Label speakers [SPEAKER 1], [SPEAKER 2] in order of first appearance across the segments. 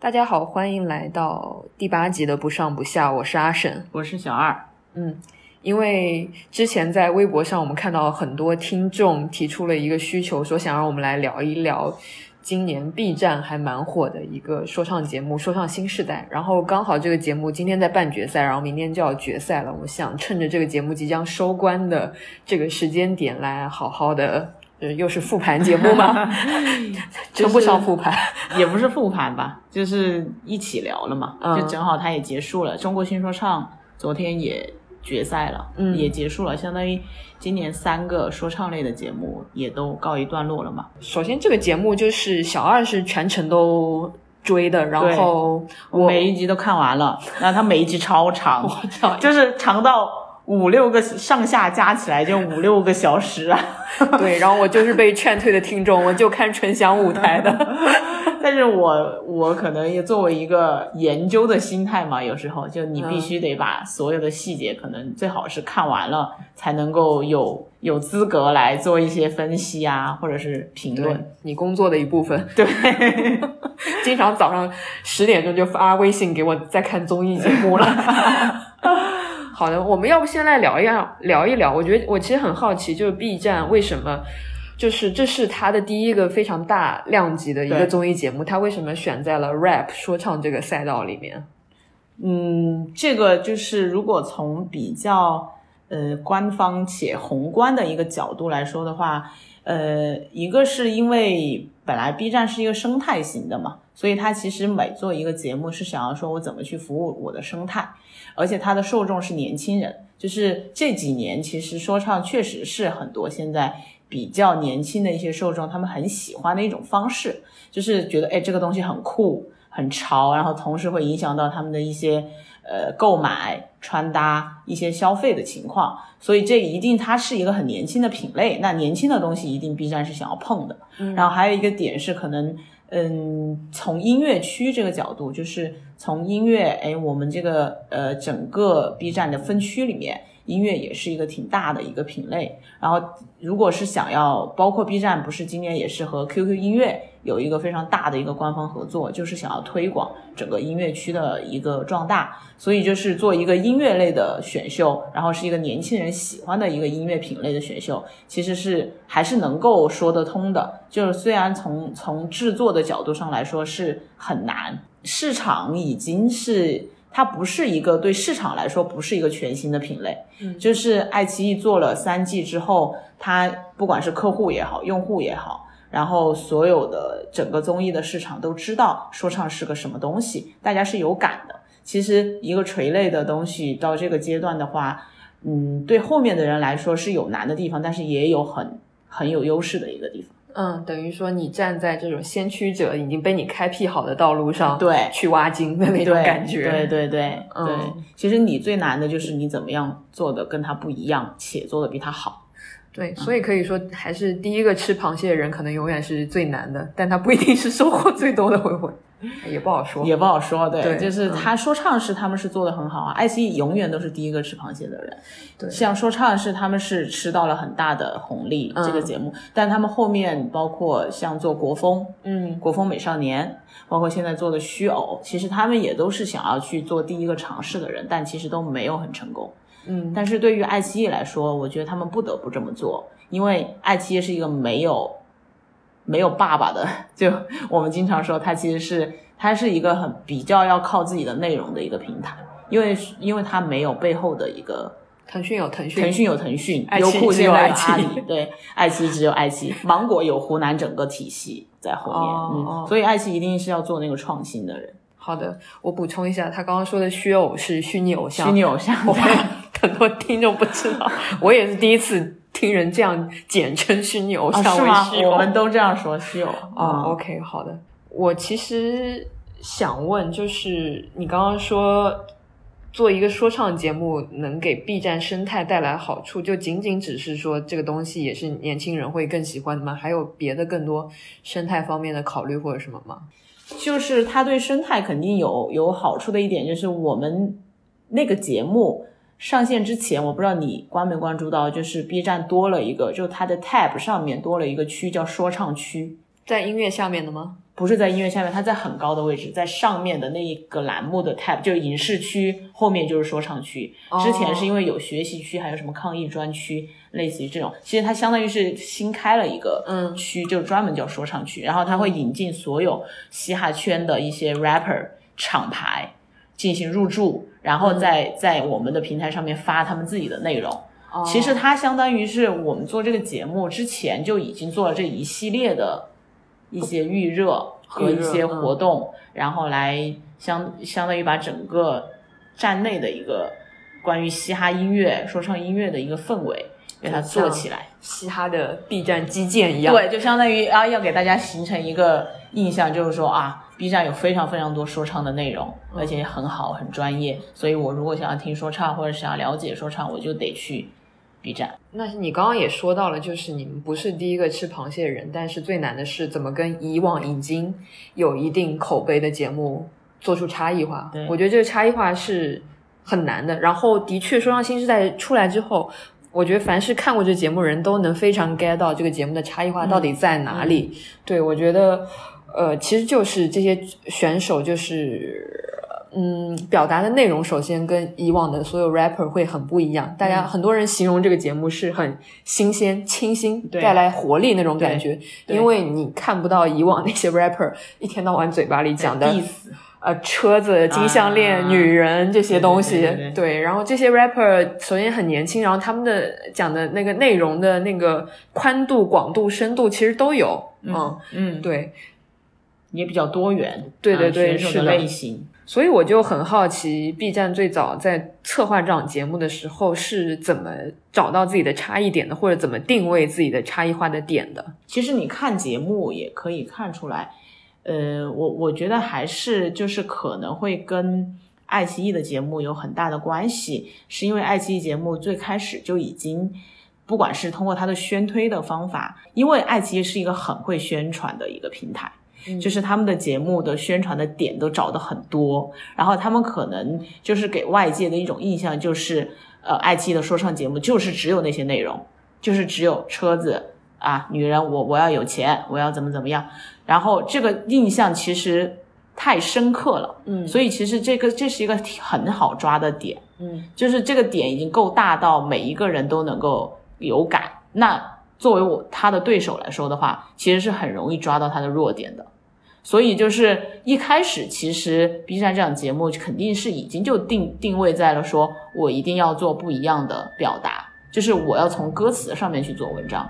[SPEAKER 1] 大家好，欢迎来到第八集的不上不下，我是阿沈。
[SPEAKER 2] 我是小二，
[SPEAKER 1] 嗯，因为之前在微博上我们看到很多听众提出了一个需求，说想让我们来聊一聊今年 B 站还蛮火的一个说唱节目《说唱新时代》，然后刚好这个节目今天在半决赛，然后明天就要决赛了，我想趁着这个节目即将收官的这个时间点来好好的。呃又是复盘节目吗？ 称不上复盘，
[SPEAKER 2] 也不是复盘吧，就是一起聊了嘛，
[SPEAKER 1] 嗯
[SPEAKER 2] 就正好它也结束了。中国新说唱昨天也决赛了，
[SPEAKER 1] 嗯
[SPEAKER 2] 也结束了，相当于今年三个说唱类的节目也都告一段落了嘛。
[SPEAKER 1] 首先，这个节目就是小二是全程都追的，然后
[SPEAKER 2] 我
[SPEAKER 1] 我
[SPEAKER 2] 每一集都看完了，然后它每一集超长，
[SPEAKER 1] 操
[SPEAKER 2] 就是长到五六个上下加起来就五六个小时啊。
[SPEAKER 1] 对，然后我就是被劝退的听众，我就看纯享舞台的。
[SPEAKER 2] 但是我我可能也作为一个研究的心态嘛，有时候就你必须得把所有的细节，可能最好是看完了，才能够有有资格来做一些分析啊，或者是评
[SPEAKER 1] 对
[SPEAKER 2] 论。，
[SPEAKER 1] 你工作的一部分。对， 经常早上十点钟就发微信给我在看综艺节 目了。好的，我们要不先来聊一聊聊一聊？我觉得我其实很好奇，就是 B 站为什么。就是这是他的第一个非常大量级的一个
[SPEAKER 2] 对
[SPEAKER 1] 综艺节目，他为什么选在了 rap 说唱这个赛道里面？
[SPEAKER 2] 嗯，这个就是如果从比较呃官方且宏观的一个角度来说的话，呃，一个是因为本来 B 站是一个生态型的嘛，所以它其实每做一个节目是想要说我怎么去服务我的生态，而且它的受众是年轻人，就是这几年其实说唱确实是很多现在比较年轻的一些受众他们很喜欢的一种方式，就是觉得哎这个东西很酷很潮，然后同时会影响到他们的一些呃购买、穿搭、一些消费的情况，所以这一定它是一个很年轻的品类。那年轻的东西一定 B 站是想要碰的。
[SPEAKER 1] 嗯
[SPEAKER 2] 然后还有一个点是可能。嗯，从音乐区这个角度，就是从音乐，哎，我们这个呃整个 B 站的分区里面，音乐也是一个挺大的一个品类。然后，如果是想要包括 B 站，不是今年也是和 QQ 音乐有一个非常大的一个官方合作，就是想要推广整个音乐区的一个壮大，所以就是做一个音乐类的选秀，然后是一个年轻人喜欢的一个音乐品类的选秀，其实是还是能够说得通的。就是虽然从从制作的角度上来说是很难，市场已经是。它不是一个对市场来说不是一个全新的品类，就是爱奇艺做了三季之后，它不管是客户也好，用户也好，然后所有的整个综艺的市场都知道说唱是个什么东西，大家是有感的。其实一个垂类的东西到这个阶段的话，嗯，对后面的人来说是有难的地方，但是也有很很有优势的一个地方。
[SPEAKER 1] 嗯，等于说你站在这种先驱者已经被你开辟好的道路上，
[SPEAKER 2] 对
[SPEAKER 1] 去挖金的那种
[SPEAKER 2] 对
[SPEAKER 1] 感觉。
[SPEAKER 2] 对对对、
[SPEAKER 1] 嗯
[SPEAKER 2] 对，其实你最难的就是你怎么样做的跟他不一样，且做的比他好。
[SPEAKER 1] 对所以可以说，还是第一个吃螃蟹的人可能永远是最难的，但他不一定是收获最多的，会不会？也不好说。
[SPEAKER 2] 也不好说，对，
[SPEAKER 1] 哦对嗯
[SPEAKER 2] 就是他说唱是他们是做的很好啊，爱奇艺永远都是第一个吃螃蟹的人，
[SPEAKER 1] 对
[SPEAKER 2] 像说唱是他们是吃到了很大的红利、
[SPEAKER 1] 嗯
[SPEAKER 2] 这个节目，但他们后面包括像做国风，
[SPEAKER 1] 嗯
[SPEAKER 2] 国风美少年，包括现在做的虚偶，其实他们也都是想要去做第一个尝试的人，但其实都没有很成功。
[SPEAKER 1] 嗯，
[SPEAKER 2] 但是对于爱奇艺来说，我觉得他们不得不这么做，因为爱奇艺是一个没有没有爸爸的，就我们经常说，它其实是它是一个很比较要靠自己的内容的一个平台，因为因为它没有背后的一个
[SPEAKER 1] 腾讯有腾讯，
[SPEAKER 2] 腾讯有腾讯
[SPEAKER 1] 爱，奇艺
[SPEAKER 2] 优酷
[SPEAKER 1] 只
[SPEAKER 2] 现
[SPEAKER 1] 有
[SPEAKER 2] 在
[SPEAKER 1] 爱
[SPEAKER 2] 有
[SPEAKER 1] 奇艺
[SPEAKER 2] 阿里，对，爱奇艺只有爱奇艺，芒果有湖南整个体系在后面，
[SPEAKER 1] 哦哦
[SPEAKER 2] 嗯，所以爱奇艺一定是要做那个创新的人，
[SPEAKER 1] 好的，我补充一下，他刚刚说的虚偶是虚拟偶像，
[SPEAKER 2] 虚拟偶像，
[SPEAKER 1] 我
[SPEAKER 2] 对
[SPEAKER 1] 怕很多听众不知道，我也是第一次听人这样简称虚拟偶像
[SPEAKER 2] 啊
[SPEAKER 1] 为
[SPEAKER 2] 是吗
[SPEAKER 1] 虚？偶。
[SPEAKER 2] 我们都这样说虚嗯偶
[SPEAKER 1] 哦、o k 好的。我其实想问，就是你刚刚说做一个说唱节目能给 B 站生态带来好处，就仅仅只是说这个东西也是年轻人会更喜欢的吗？还有别的更多生态方面的考虑或者什么吗？
[SPEAKER 2] 就是它对生态肯定有有好处的一点，就是我们那个节目上线之前，我不知道你关没关注到，就是 B 站多了一个，就它的 tab 上面多了一个区叫说唱区。
[SPEAKER 1] 在音乐下面的吗？
[SPEAKER 2] 不是在音乐下面，它在很高的位置，在上面的那一个栏目的 tab 就是影视区，后面就是说唱区。之前
[SPEAKER 1] 哦
[SPEAKER 2] 是因为有学习区，还有什么抗议专区，类似于这种。其实它相当于是新开了一个
[SPEAKER 1] 嗯
[SPEAKER 2] 区，就专门叫说唱区。然后它会引进所有嘻哈圈的一些 rapper 厂牌进行入驻，然后在在我们的平台上面发他们自己的内容。
[SPEAKER 1] 哦
[SPEAKER 2] 其实它相当于是我们做这个节目之前就已经做了这一系列的一些预热和一
[SPEAKER 1] 嗯
[SPEAKER 2] 些活动，然后来相相当于把整个站内的一个关于嘻哈音乐、说唱音乐的一个氛围给它做起来。
[SPEAKER 1] 嘻哈的 B 站基建一样，，
[SPEAKER 2] 对，就相当于啊，要给大家形成一个印象，就是说啊，B 站有非常非常多说唱的内容，
[SPEAKER 1] 嗯
[SPEAKER 2] 而且很好，很专业。所以我如果想要听说唱或者想要了解说唱，我就得去 B 站。
[SPEAKER 1] 那你刚刚也说到了，就是你们不是第一个吃螃蟹的人，但是最难的是怎么跟以往已经有一定口碑的节目做出差异化
[SPEAKER 2] 对。
[SPEAKER 1] 我觉得这个差异化是很难的。然后，的确，说唱新时代出来之后，我觉得凡是看过这节目的人都能非常 get 到这个节目的差异化到底在哪里。对我觉得，呃，其实就是这些选手就是。嗯，表达的内容首先跟以往的所有 rapper 会很不一样。大家
[SPEAKER 2] 嗯
[SPEAKER 1] 很多人形容这个节目是很新鲜、清新，
[SPEAKER 2] 对
[SPEAKER 1] 带来活力那种感
[SPEAKER 2] 对
[SPEAKER 1] 觉，
[SPEAKER 2] 对
[SPEAKER 1] 因为你看不到以往那些 rapper 一天到晚嘴巴里讲的
[SPEAKER 2] diss
[SPEAKER 1] 呃车子、金项链、
[SPEAKER 2] 啊
[SPEAKER 1] 女人这些东西，
[SPEAKER 2] 对对对对对
[SPEAKER 1] 然后这些 rapper 首先很年轻，然后他们的讲的那个内容的那个宽度、广度、深度其实都有，嗯
[SPEAKER 2] 嗯，
[SPEAKER 1] 对。
[SPEAKER 2] 也比较多元，
[SPEAKER 1] 对对
[SPEAKER 2] 啊
[SPEAKER 1] 对
[SPEAKER 2] 选
[SPEAKER 1] 是
[SPEAKER 2] 手
[SPEAKER 1] 的
[SPEAKER 2] 类型，
[SPEAKER 1] 所以我就很好奇，B 站最早在策划这档节目的时候是怎么找到自己的差异点的，或者怎么定位自己的差异化的点的？
[SPEAKER 2] 其实你看节目也可以看出来，呃，我我觉得还是就是可能会跟爱奇艺的节目有很大的关系，是因为爱奇艺节目最开始就已经。不管是通过它的宣推的方法，因为爱奇艺是一个很会宣传的一个平台，
[SPEAKER 1] 嗯
[SPEAKER 2] 就是他们的节目的宣传的点都找的很多，然后他们可能就是给外界的一种印象就是，呃，爱奇艺的说唱节目就是只有那些内容，就是只有车子啊，女人，我我要有钱，我要怎么怎么样，然后这个印象其实太深刻了，
[SPEAKER 1] 嗯
[SPEAKER 2] 所以其实这个这是一个很好抓的点，
[SPEAKER 1] 嗯
[SPEAKER 2] 就是这个点已经够大到每一个人都能够有感。那作为我他的对手来说的话，其实是很容易抓到他的弱点的。所以就是一开始，其实 B 站这档节目肯定是已经就定定位在了说，我一定要做不一样的表达，就是我要从歌词上面去做文章。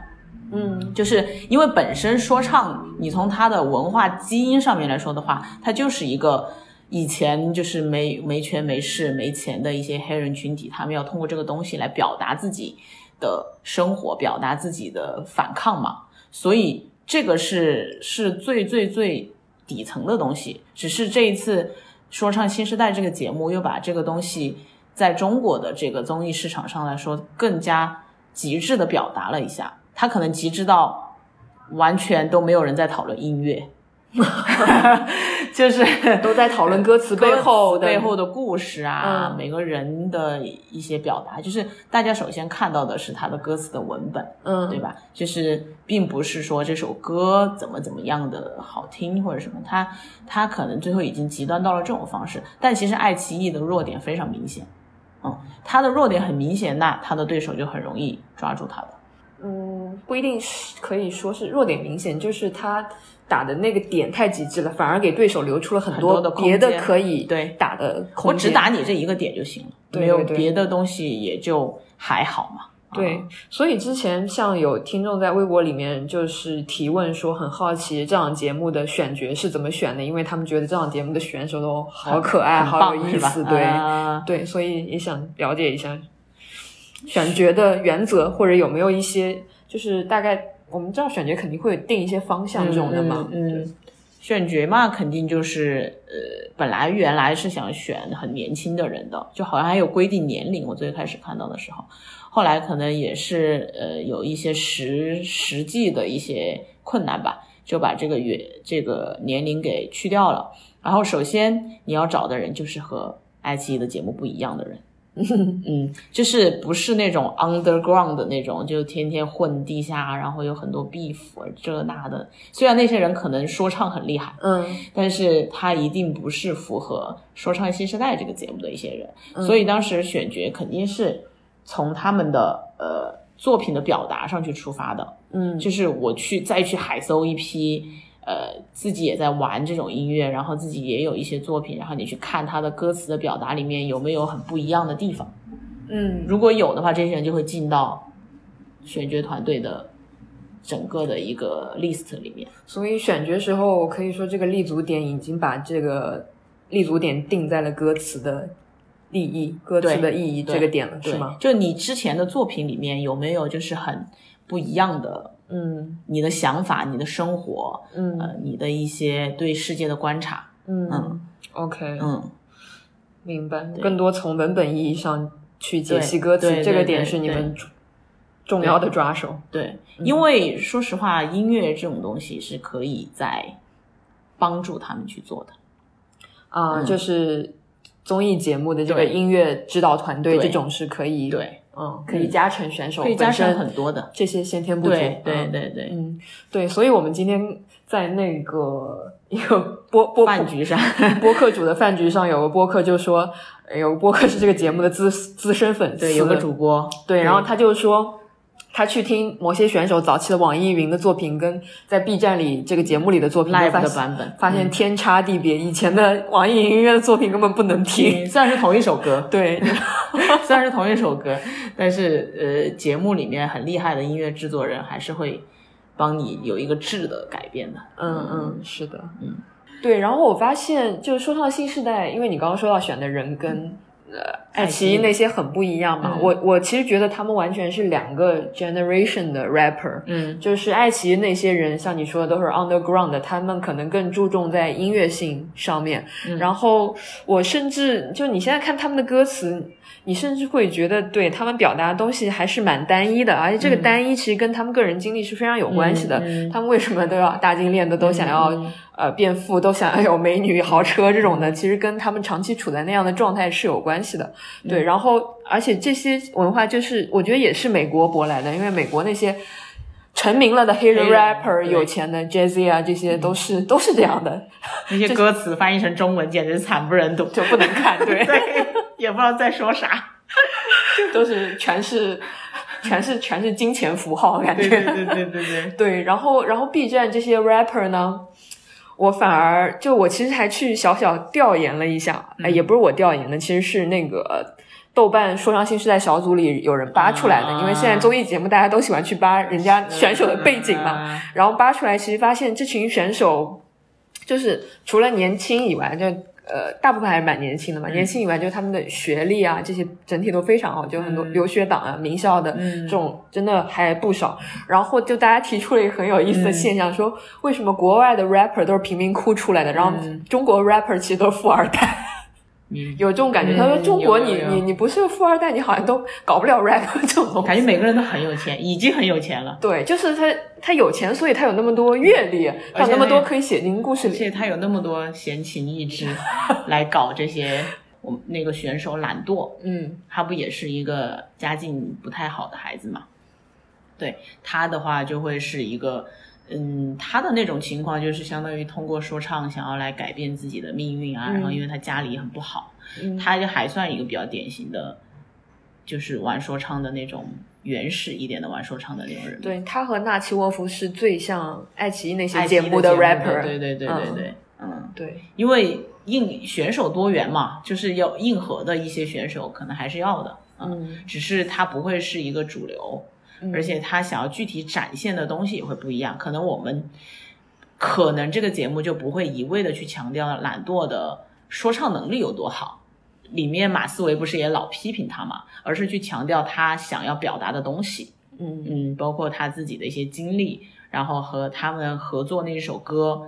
[SPEAKER 1] 嗯
[SPEAKER 2] 就是因为本身说唱，你从它的文化基因上面来说的话，它就是一个以前就是没没权没势没钱的一些黑人群体，他们要通过这个东西来表达自己的生活，表达自己的反抗嘛。所以这个是是最最最底层的东西。只是这一次说唱新时代这个节目又把这个东西在中国的这个综艺市场上来说更加极致的表达了一下。它可能极致到完全都没有人在讨论 音乐，就是
[SPEAKER 1] 都在讨论歌词背后的
[SPEAKER 2] 背后的故事啊，
[SPEAKER 1] 嗯
[SPEAKER 2] 每个人的一些表达，就是大家首先看到的是它的歌词的文本。
[SPEAKER 1] 嗯
[SPEAKER 2] 对吧？就是并不是说这首歌怎么怎么样的好听或者什么，它它可能最后已经极端到了这种方式。但其实爱奇艺的弱点非常明显，嗯，它的弱点很明显，那它的对手就很容易抓住它的。
[SPEAKER 1] 嗯，不一定是可以说是弱点明显，就是他打的那个点太极致了，反而给对手留出了很
[SPEAKER 2] 很多的空
[SPEAKER 1] 别
[SPEAKER 2] 间
[SPEAKER 1] 的可以
[SPEAKER 2] 对
[SPEAKER 1] 打的
[SPEAKER 2] 我
[SPEAKER 1] 空
[SPEAKER 2] 只
[SPEAKER 1] 间。
[SPEAKER 2] 打你这一个点就行了，
[SPEAKER 1] 对
[SPEAKER 2] 没有
[SPEAKER 1] 对对
[SPEAKER 2] 别的东西也就还好嘛。嗯
[SPEAKER 1] 对，所以之前像有听众在微博里面就是提问说，很好奇这档节目的选角是怎么选的，因为他们觉得这档节目的选手都好可爱，
[SPEAKER 2] 啊，
[SPEAKER 1] 哎
[SPEAKER 2] 很
[SPEAKER 1] 好有
[SPEAKER 2] 棒
[SPEAKER 1] 意
[SPEAKER 2] 是吧
[SPEAKER 1] 思，？对、
[SPEAKER 2] 啊
[SPEAKER 1] 对，所以也想了解一下选角的原则，或者有没有一些就是大概我们知道选角肯定会有定一些方向这种的嘛，
[SPEAKER 2] 嗯，嗯选角嘛，肯定就是呃，本来原来是想选很年轻的人的，就好像还有规定年龄。我最开始看到的时候，后来可能也是呃有一些实实际的一些困难吧，就把这个原这个年龄给去掉了。然后首先你要找的人就是和爱奇艺的节目不一样的人。 嗯，就是不是那种 underground 的那种，就天天混地下，然后有很多 beef 这那的。虽然那些人可能说唱很厉害，
[SPEAKER 1] 嗯
[SPEAKER 2] 但是他一定不是符合《说唱新时代》这个节目的一些人，
[SPEAKER 1] 嗯
[SPEAKER 2] 所以当时选角肯定是从他们的呃作品的表达上去出发的，
[SPEAKER 1] 嗯
[SPEAKER 2] 就是我去再去海搜一批。呃，自己也在玩这种音乐，然后自己也有一些作品，然后你去看他的歌词的表达里面有没有很不一样的地方。
[SPEAKER 1] 嗯
[SPEAKER 2] 如果有的话，这些人就会进到选角团队的整个的一个 list 里面。
[SPEAKER 1] 所以选角时候，可以说这个立足点已经把这个立足点定在了歌词的意义、歌词的意义
[SPEAKER 2] 对
[SPEAKER 1] 这个点了，
[SPEAKER 2] 对
[SPEAKER 1] 是吗？？
[SPEAKER 2] 就你之前的作品里面有没有就是很不一样的
[SPEAKER 1] 嗯
[SPEAKER 2] 你的想法、你的生活，
[SPEAKER 1] 嗯
[SPEAKER 2] 呃，你的一些对世界的观察？
[SPEAKER 1] 嗯
[SPEAKER 2] 嗯
[SPEAKER 1] ，OK，
[SPEAKER 2] 嗯，
[SPEAKER 1] 明白。
[SPEAKER 2] 对
[SPEAKER 1] 更多从文本意义上去解析歌
[SPEAKER 2] 对
[SPEAKER 1] 词，
[SPEAKER 2] 对
[SPEAKER 1] 这个
[SPEAKER 2] 对
[SPEAKER 1] 点
[SPEAKER 2] 对
[SPEAKER 1] 是你
[SPEAKER 2] 对
[SPEAKER 1] 们重重要的抓手。
[SPEAKER 2] 对，
[SPEAKER 1] 嗯
[SPEAKER 2] 因为说实话，音乐这种东西是可以在帮助他们去做的。
[SPEAKER 1] 啊，
[SPEAKER 2] 嗯
[SPEAKER 1] 就是综艺节目的这个
[SPEAKER 2] 对
[SPEAKER 1] 音乐指导团队，
[SPEAKER 2] 对
[SPEAKER 1] 这种是可以，
[SPEAKER 2] 对，
[SPEAKER 1] 嗯，可以加成选手，
[SPEAKER 2] 可以加上很多的。
[SPEAKER 1] 这些先天不足，
[SPEAKER 2] 对对
[SPEAKER 1] 嗯，
[SPEAKER 2] 对对，
[SPEAKER 1] 嗯，对，所以我们今天在那个一个播播
[SPEAKER 2] 饭局上
[SPEAKER 1] 播客主的饭局上，有个播客就说，呃有个播客是这个节目的资资深粉丝，
[SPEAKER 2] 对，有个主播，
[SPEAKER 1] 对，然后他就说，他去听某些选手早期的网易云的作品，跟在 B 站里这个节目里的作品，就
[SPEAKER 2] live
[SPEAKER 1] 发
[SPEAKER 2] 的
[SPEAKER 1] 现
[SPEAKER 2] 版本，嗯
[SPEAKER 1] 发现天差地别，以前的网易云音乐的作品根本不能听。
[SPEAKER 2] 嗯虽然是同一首歌，
[SPEAKER 1] 对，
[SPEAKER 2] 虽然是同一首歌，但是呃，节目里面很厉害的音乐制作人还是会帮你有一个质的改变的。
[SPEAKER 1] 嗯嗯，是的，
[SPEAKER 2] 嗯，
[SPEAKER 1] 对。然后我发现，就是说唱新时代，因为你刚刚说到选的人跟呃爱
[SPEAKER 2] 爱
[SPEAKER 1] 奇
[SPEAKER 2] 奇
[SPEAKER 1] 艺
[SPEAKER 2] 艺
[SPEAKER 1] 那些很不一样嘛，
[SPEAKER 2] 嗯
[SPEAKER 1] 我我其实觉得他们完全是两个 generation 的 rapper。
[SPEAKER 2] 嗯，
[SPEAKER 1] 就是爱奇艺那些人，像你说的都是 underground 的，他们可能更注重在音乐性上面。
[SPEAKER 2] 嗯
[SPEAKER 1] 然后我甚至就你现在看他们的歌词，你甚至会觉得对他们表达的东西还是蛮单一的，而且这个
[SPEAKER 2] 嗯
[SPEAKER 1] 单一其实跟他们个人经历是非常有关系的。
[SPEAKER 2] 嗯嗯
[SPEAKER 1] 他们为什么都要大金链子，都想要、
[SPEAKER 2] 嗯
[SPEAKER 1] 呃变富，都想要有美女豪车这种的，其实跟他们长期处在那样的状态是有关系的。
[SPEAKER 2] 嗯
[SPEAKER 1] 对，然后而且这些文化就是我觉得也是美国舶来的，因为美国那些。成名了的黑人
[SPEAKER 2] 黑人
[SPEAKER 1] rapper、
[SPEAKER 2] 对嗯
[SPEAKER 1] 有钱的 Jay Z 啊，这些都是、都是这样的，
[SPEAKER 2] 那些歌词翻译成中文简直是惨不忍睹，
[SPEAKER 1] 就不能看，对，
[SPEAKER 2] 对，也不知道在说啥。
[SPEAKER 1] 都是全是全是全是金钱符号感觉。
[SPEAKER 2] 对对对对对对，
[SPEAKER 1] 对，然后然后 B 站这些 rapper 呢，我反而就我其实还去小小调研了一下，哎，也不是我调研的，其实是那个。豆瓣说唱新时代小组里有人扒出来的，因为现在综艺节目大家都喜欢去扒人家选手的背景嘛，
[SPEAKER 2] 啊，
[SPEAKER 1] 然后扒出来，其实发现这群选手就是除了年轻以外，就呃大部分还是蛮年轻
[SPEAKER 2] 嗯
[SPEAKER 1] 的嘛。年轻以外，就是他们的学历啊，这些整体都非常好，就很多留学党啊、名校的
[SPEAKER 2] 嗯
[SPEAKER 1] 这种真的还不少。然后就大家提出了一个很有意思
[SPEAKER 2] 嗯
[SPEAKER 1] 的现象，说为什么国外的 rapper 都是贫民窟出来的，然后
[SPEAKER 2] 嗯
[SPEAKER 1] 中国 rapper 其实都是富二代。
[SPEAKER 2] 嗯
[SPEAKER 1] 有这种感觉，他说
[SPEAKER 2] 嗯
[SPEAKER 1] 中国
[SPEAKER 2] 有有
[SPEAKER 1] 你
[SPEAKER 2] 有
[SPEAKER 1] 你你不是富二代，你好像都搞不了 rap 这种东西。
[SPEAKER 2] 感觉每个人都很有钱，已经很有钱了，
[SPEAKER 1] 对，就是他他有钱，所以他有那么多阅历，他有那么多可以写进故事
[SPEAKER 2] 嗯而
[SPEAKER 1] 里。嗯
[SPEAKER 2] 且他有那么多闲情逸 致来搞这些。我们那个选手懒惰，
[SPEAKER 1] 嗯
[SPEAKER 2] 他不也是一个家境不太好的孩子嘛？对他的话，就会是一个，嗯，他的那种情况就是相当于通过说唱想要来改变自己的命运啊。
[SPEAKER 1] 嗯
[SPEAKER 2] 然后因为他家里也很不好，
[SPEAKER 1] 嗯
[SPEAKER 2] 他就还算一个比较典型的，就是玩说唱的那种原始一点的玩说唱的那种人。，
[SPEAKER 1] 对他和纳奇沃夫是最像爱奇艺那些
[SPEAKER 2] 爱奇艺
[SPEAKER 1] 节
[SPEAKER 2] 的
[SPEAKER 1] 目
[SPEAKER 2] 的
[SPEAKER 1] rapper。
[SPEAKER 2] 对对对对
[SPEAKER 1] 嗯
[SPEAKER 2] 对，嗯
[SPEAKER 1] 对
[SPEAKER 2] 因为硬选手多元嘛，就是要硬核的一些选手可能还是要的，嗯，
[SPEAKER 1] 嗯，
[SPEAKER 2] 只是他不会是一个主流，
[SPEAKER 1] 嗯
[SPEAKER 2] 而且他想要具体展现的东西也会不一样。可能我们可能这个节目就不会一味的去强调懒惰的说唱能力有多好。里面马思唯不是也老批评他嘛，而是去强调他想要表达的东西，
[SPEAKER 1] 嗯
[SPEAKER 2] 嗯，包括他自己的一些经历，然后和他们合作那一首歌，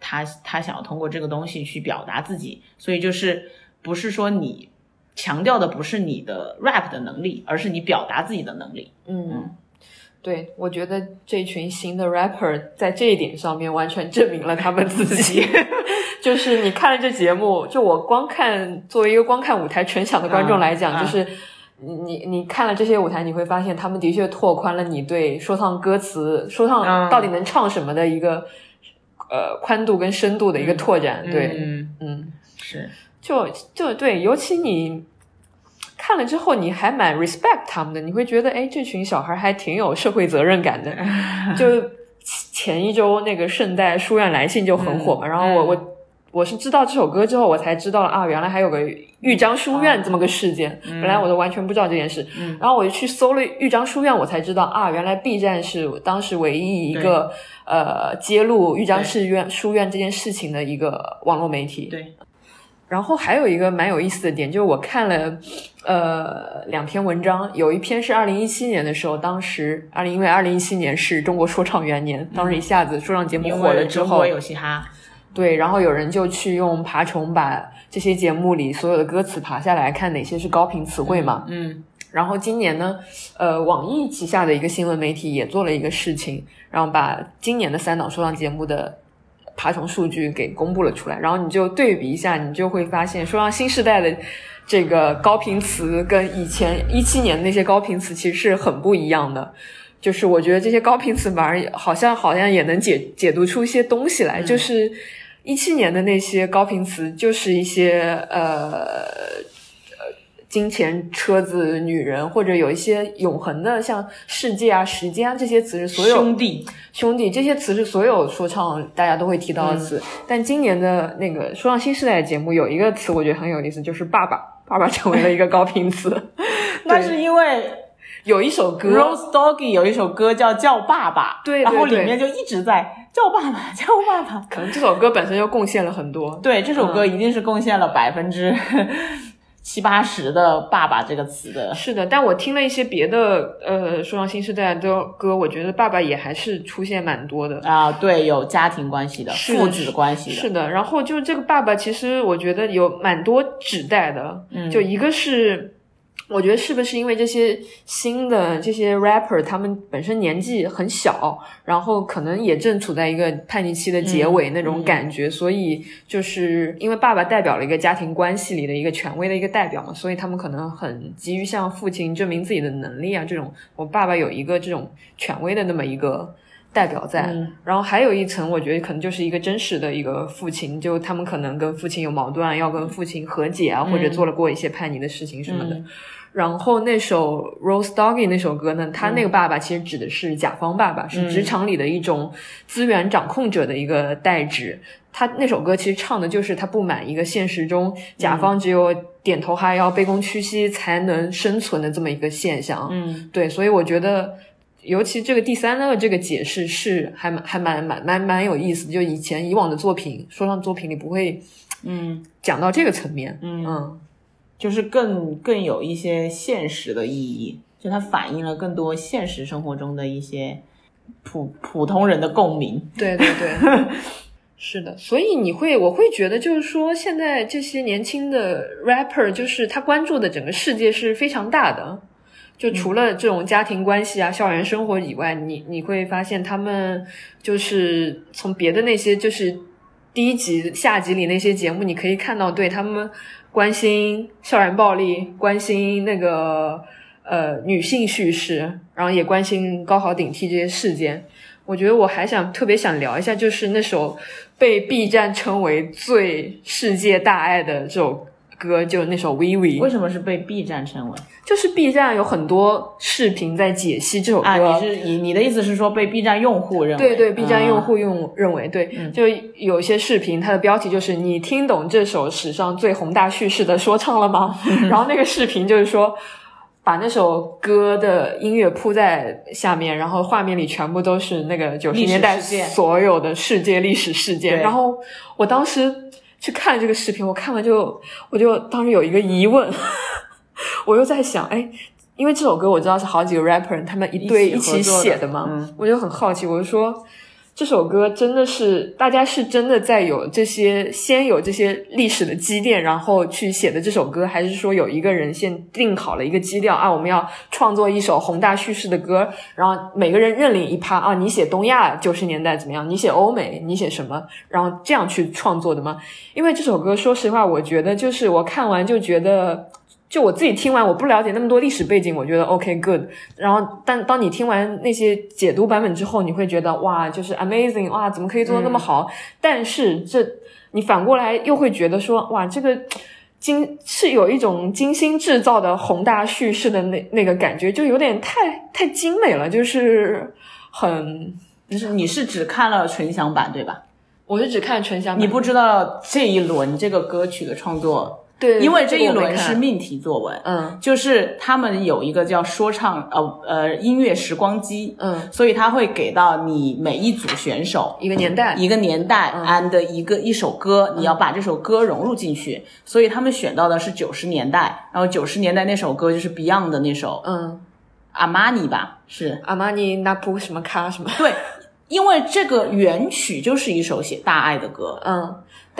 [SPEAKER 2] 他他想要通过这个东西去表达自己，所以就是不是说你强调的不是你的 rap 的能力，而是你表达自己的能力。
[SPEAKER 1] 嗯，对，我觉得 这群新的 rapper 在这一点上面完全证明了他们自己。就是你看了这节目，就我光看作为一个光看舞台纯享的观众来讲，
[SPEAKER 2] 嗯嗯
[SPEAKER 1] 就是你你你看了这些舞台，你会发现他们的确拓宽了你对说唱歌词、说唱
[SPEAKER 2] 嗯
[SPEAKER 1] 到底能唱什么的一个、呃宽度跟深度的一个拓展。对，
[SPEAKER 2] 嗯，
[SPEAKER 1] 嗯，
[SPEAKER 2] 是，
[SPEAKER 1] 就就对，尤其你。看了之后，你还蛮 respect 他们的，你会觉得，哎，这群小孩还挺有社会责任感 的，就前一周那个圣代书院来信就很火嘛，
[SPEAKER 2] 嗯
[SPEAKER 1] 然后我
[SPEAKER 2] 嗯
[SPEAKER 1] 我我是知道这首歌之后，我才知道了啊，原来还有个豫章书院这么个事件，
[SPEAKER 2] 啊嗯
[SPEAKER 1] 本来我都完全不知道这件事，
[SPEAKER 2] 嗯
[SPEAKER 1] 然后我就去搜了豫章书院，我才知道啊，原来 B 站是当时唯一一个呃揭露豫章市院书院这件事情的一个网络媒体。
[SPEAKER 2] 对，
[SPEAKER 1] 然后还有一个蛮有意思的点，就是我看了呃两篇文章，有一篇是二零一七年的时候，当时二零因为二零一七年是中国说唱元年，当时一下子说唱节目
[SPEAKER 2] 因
[SPEAKER 1] 火了
[SPEAKER 2] 为
[SPEAKER 1] 之
[SPEAKER 2] 中
[SPEAKER 1] 后
[SPEAKER 2] 国，有嘻哈，
[SPEAKER 1] 对，然后有人就去用爬虫把这些节目里所有的歌词爬下来，看哪些是高频词汇嘛。
[SPEAKER 2] 嗯
[SPEAKER 1] 然后今年呢，呃，网易旗下的一个新闻媒体也做了一个事情，然后把今年的三档说唱节目的爬虫数据给公布了出来。然后你就对比一下，你就会发现说唱啊新时代的这个高频词跟以前一七年的那些高频词其实是很不一样的。就是我觉得这些高频词反而好像好像也能解解读出一些东西来，就是。一七年的那些高频词，就是一些呃金钱、车子、女人，或者有一些永恒的，像世界啊、时间啊这些词是所有
[SPEAKER 2] 兄弟，
[SPEAKER 1] 兄弟这些词是所有说唱大家都会提到的词。但今年的那个说唱新时代的节目有一个词，我觉得很有意思，就是爸爸。爸爸成为了一个高频词，
[SPEAKER 2] 那是因为
[SPEAKER 1] 有一首歌，
[SPEAKER 2] Rose Doggy 有一首歌叫《叫爸爸》，
[SPEAKER 1] 对对
[SPEAKER 2] 然后
[SPEAKER 1] 对
[SPEAKER 2] 里面就一直在叫爸爸，叫爸 爸。
[SPEAKER 1] 可能这首歌本身就贡献了很多。
[SPEAKER 2] 对，这首歌
[SPEAKER 1] 嗯
[SPEAKER 2] 一定是贡献了百分之七八十的“爸爸”这个词的。
[SPEAKER 1] 是的，但我听了一些别的呃说唱新时代的歌，我觉得爸爸也还是出现蛮多的。
[SPEAKER 2] 啊，对，有家庭关系的、
[SPEAKER 1] 是
[SPEAKER 2] 父子关系的，
[SPEAKER 1] 是的，然后就这个爸爸，其实我觉得有蛮多指代的，
[SPEAKER 2] 嗯
[SPEAKER 1] 就一个是。我觉得是不是因为这些新的这些 rapper 他们本身年纪很小，然后可能也正处在一个叛逆期的结尾那
[SPEAKER 2] 嗯
[SPEAKER 1] 种感觉，所以就是因为爸爸代表了一个家庭关系里的一个权威的一个代表嘛，所以他们可能很急于向父亲证明自己的能力啊，这种我爸爸有一个这种权威的那么一个代表在，
[SPEAKER 2] 嗯
[SPEAKER 1] 然后还有一层，我觉得可能就是一个真实的一个父亲，就他们可能跟父亲有矛盾啊，要跟父亲和解啊，或者做了过一些叛逆的事情什么的。
[SPEAKER 2] 嗯
[SPEAKER 1] 然后那首《Rose Doggy》那首歌呢，他那个爸爸其实指的是甲方爸爸，是职场里的一种资源掌控者的一个代指。他那首歌其实唱的就是他不满一个现实中甲方只有点头哈腰、卑躬屈膝才能生存的这么一个现象。啊
[SPEAKER 2] 嗯，
[SPEAKER 1] 对，所以我觉得，尤其这个第三个这个解释是还蛮还蛮蛮蛮蛮有意思的，就以前以往的作品，说唱作品里不会
[SPEAKER 2] 嗯
[SPEAKER 1] 讲到这个层面。
[SPEAKER 2] 嗯
[SPEAKER 1] 嗯，
[SPEAKER 2] 就是更更有一些现实的意义，就它反映了更多现实生活中的一些普普通人的共鸣。
[SPEAKER 1] 对对对。是的，所以你会，我会觉得，就是说，现在这些年轻的 rapper，就是他关注的整个世界是非常大的。就除了这种家庭关系啊、校园生活以外，你你会发现他们就是从别的那些就是第一集、下集里那些节目，你可以看到对他们关心校园暴力，关心那个呃女性叙事，然后也关心高考顶替这些事件。我觉得我还想特别想聊一下，就是那首被 B 站称为最世界大爱的这首歌，就那首《We We》。
[SPEAKER 2] 为什么是被 B 站称为
[SPEAKER 1] 就是 B 站有很多视频在解析这首歌。
[SPEAKER 2] 啊？你是你你的意思是说被 B 站用户认为？
[SPEAKER 1] 对对，B 站用
[SPEAKER 2] 啊
[SPEAKER 1] 户用认为对，
[SPEAKER 2] 嗯
[SPEAKER 1] 就有些视频，它的标题就是“你听懂这首史上最宏大叙事的说唱了吗？”
[SPEAKER 2] 嗯
[SPEAKER 1] 然后那个视频就是说，把那首歌的音乐铺在下面，然后画面里全部都是那个九十
[SPEAKER 2] 历史
[SPEAKER 1] 年代
[SPEAKER 2] 事件
[SPEAKER 1] 所有的世界历史事件。
[SPEAKER 2] 对
[SPEAKER 1] 然后我当时去看这个视频，我看完就我就当时有一个疑问，我又在想，哎。因为这首歌我知道是好几个 rapper 他们一对
[SPEAKER 2] 一
[SPEAKER 1] 一
[SPEAKER 2] 起合
[SPEAKER 1] 起
[SPEAKER 2] 作的
[SPEAKER 1] 写的嘛，
[SPEAKER 2] 嗯
[SPEAKER 1] 我就很好奇，我就说这首歌真的是大家是真的在有这些先有这些历史的积淀，然后去写的这首歌，还是说有一个人先定好了一个基调啊，我们要创作一首宏大叙事的歌，然后每个人认领一趴啊，你写东亚九十年代怎么样，你写欧美，你写什么，然后这样去创作的吗？因为这首歌，说实话，我觉得就是我看完就觉得。就我自己听完，我不了解那么多历史背景，我觉得 OK good。然后，但当你听完那些解读版本之后，你会觉得哇，就是 amazing，哇，怎么可以做的那
[SPEAKER 2] 嗯
[SPEAKER 1] 么好？但是这你反过来又会觉得说，哇，这个精是有一种精心制造的宏大叙事的那那个感觉，就有点太太精美了，就是很，
[SPEAKER 2] 就是你是只看了纯享版对吧？
[SPEAKER 1] 我是只看纯享版，
[SPEAKER 2] 你不知道这一轮这个歌曲的创作。
[SPEAKER 1] 对，
[SPEAKER 2] 因为这一
[SPEAKER 1] 个我
[SPEAKER 2] 轮是
[SPEAKER 1] 没看
[SPEAKER 2] 命题作文，
[SPEAKER 1] 嗯
[SPEAKER 2] 就是他们有一个叫说唱呃呃音乐时光机，
[SPEAKER 1] 嗯
[SPEAKER 2] 所以他会给到你每一组选手。
[SPEAKER 1] 一个年代，
[SPEAKER 2] 一个年代
[SPEAKER 1] 嗯
[SPEAKER 2] and 一个一首歌，你要把这首歌融入进去，所以他们选到的是九十年代，然后九十年代那首歌就是 Beyond 的那首
[SPEAKER 1] 嗯，
[SPEAKER 2] 阿玛尼吧，是
[SPEAKER 1] 阿玛尼那布什么咖什么，
[SPEAKER 2] 对，因为这个原曲就是一首写大爱的歌，
[SPEAKER 1] 嗯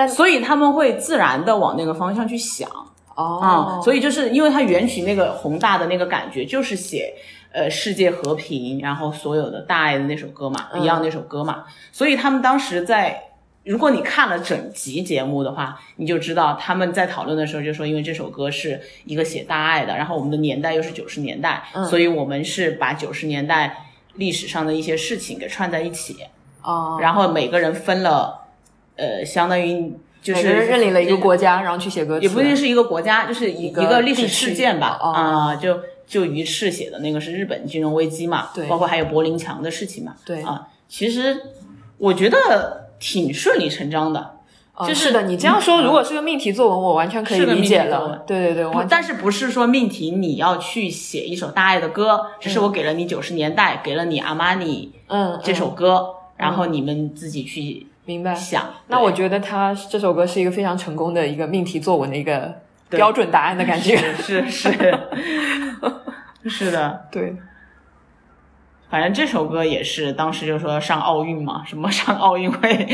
[SPEAKER 2] 所以他们会自然的往那个方向去想。啊、
[SPEAKER 1] 哦，
[SPEAKER 2] 所以就是因为它原曲那个宏大的那个感觉，就是写呃世界和平，然后所有的大爱的那首歌嘛、
[SPEAKER 1] 嗯
[SPEAKER 2] b e y o n d 那首歌嘛，所以他们当时在。如果你看了整集节目的话，你就知道他们在讨论的时候就说，因为这首歌是一个写大爱的，然后我们的年代又是九十年代，
[SPEAKER 1] 嗯
[SPEAKER 2] 所以我们是把九十年代历史上的一些事情给串在一起，
[SPEAKER 1] 哦，
[SPEAKER 2] 然后每个人分了，呃，相当于就
[SPEAKER 1] 每
[SPEAKER 2] 是呃
[SPEAKER 1] 个人认领了一个国家，然后去写歌词，哦
[SPEAKER 2] 也不一定是一个国家，就是一一
[SPEAKER 1] 个
[SPEAKER 2] 个历史
[SPEAKER 1] 地区
[SPEAKER 2] 事件吧，
[SPEAKER 1] 哦
[SPEAKER 2] 啊、就就于适写的那个是日本金融危机嘛，
[SPEAKER 1] 对
[SPEAKER 2] 包括还有柏林墙的事情嘛，
[SPEAKER 1] 对
[SPEAKER 2] 啊，其实我觉得挺顺理成章的，
[SPEAKER 1] 哦
[SPEAKER 2] 就是嗯
[SPEAKER 1] 是的。你这样说，如果是个命题作文，我完全可以
[SPEAKER 2] 是个
[SPEAKER 1] 理解
[SPEAKER 2] 命题作
[SPEAKER 1] 了
[SPEAKER 2] 文。
[SPEAKER 1] 对对对，
[SPEAKER 2] 不
[SPEAKER 1] 完全
[SPEAKER 2] 但是不是说命题你要去写一首大爱的歌，只是我给了你九十年代，给了你阿玛尼
[SPEAKER 1] 嗯，
[SPEAKER 2] 这首
[SPEAKER 1] 嗯
[SPEAKER 2] 歌，然后你们自己去
[SPEAKER 1] 明白。
[SPEAKER 2] 想。
[SPEAKER 1] 那我
[SPEAKER 2] 对
[SPEAKER 1] 觉得他这首歌是一个非常成功的一个命题作文的一个
[SPEAKER 2] 对
[SPEAKER 1] 标准答案的感 觉。
[SPEAKER 2] 是是是的，
[SPEAKER 1] 对，
[SPEAKER 2] 反正这首歌也是当时就说上奥运嘛，什么上奥运会，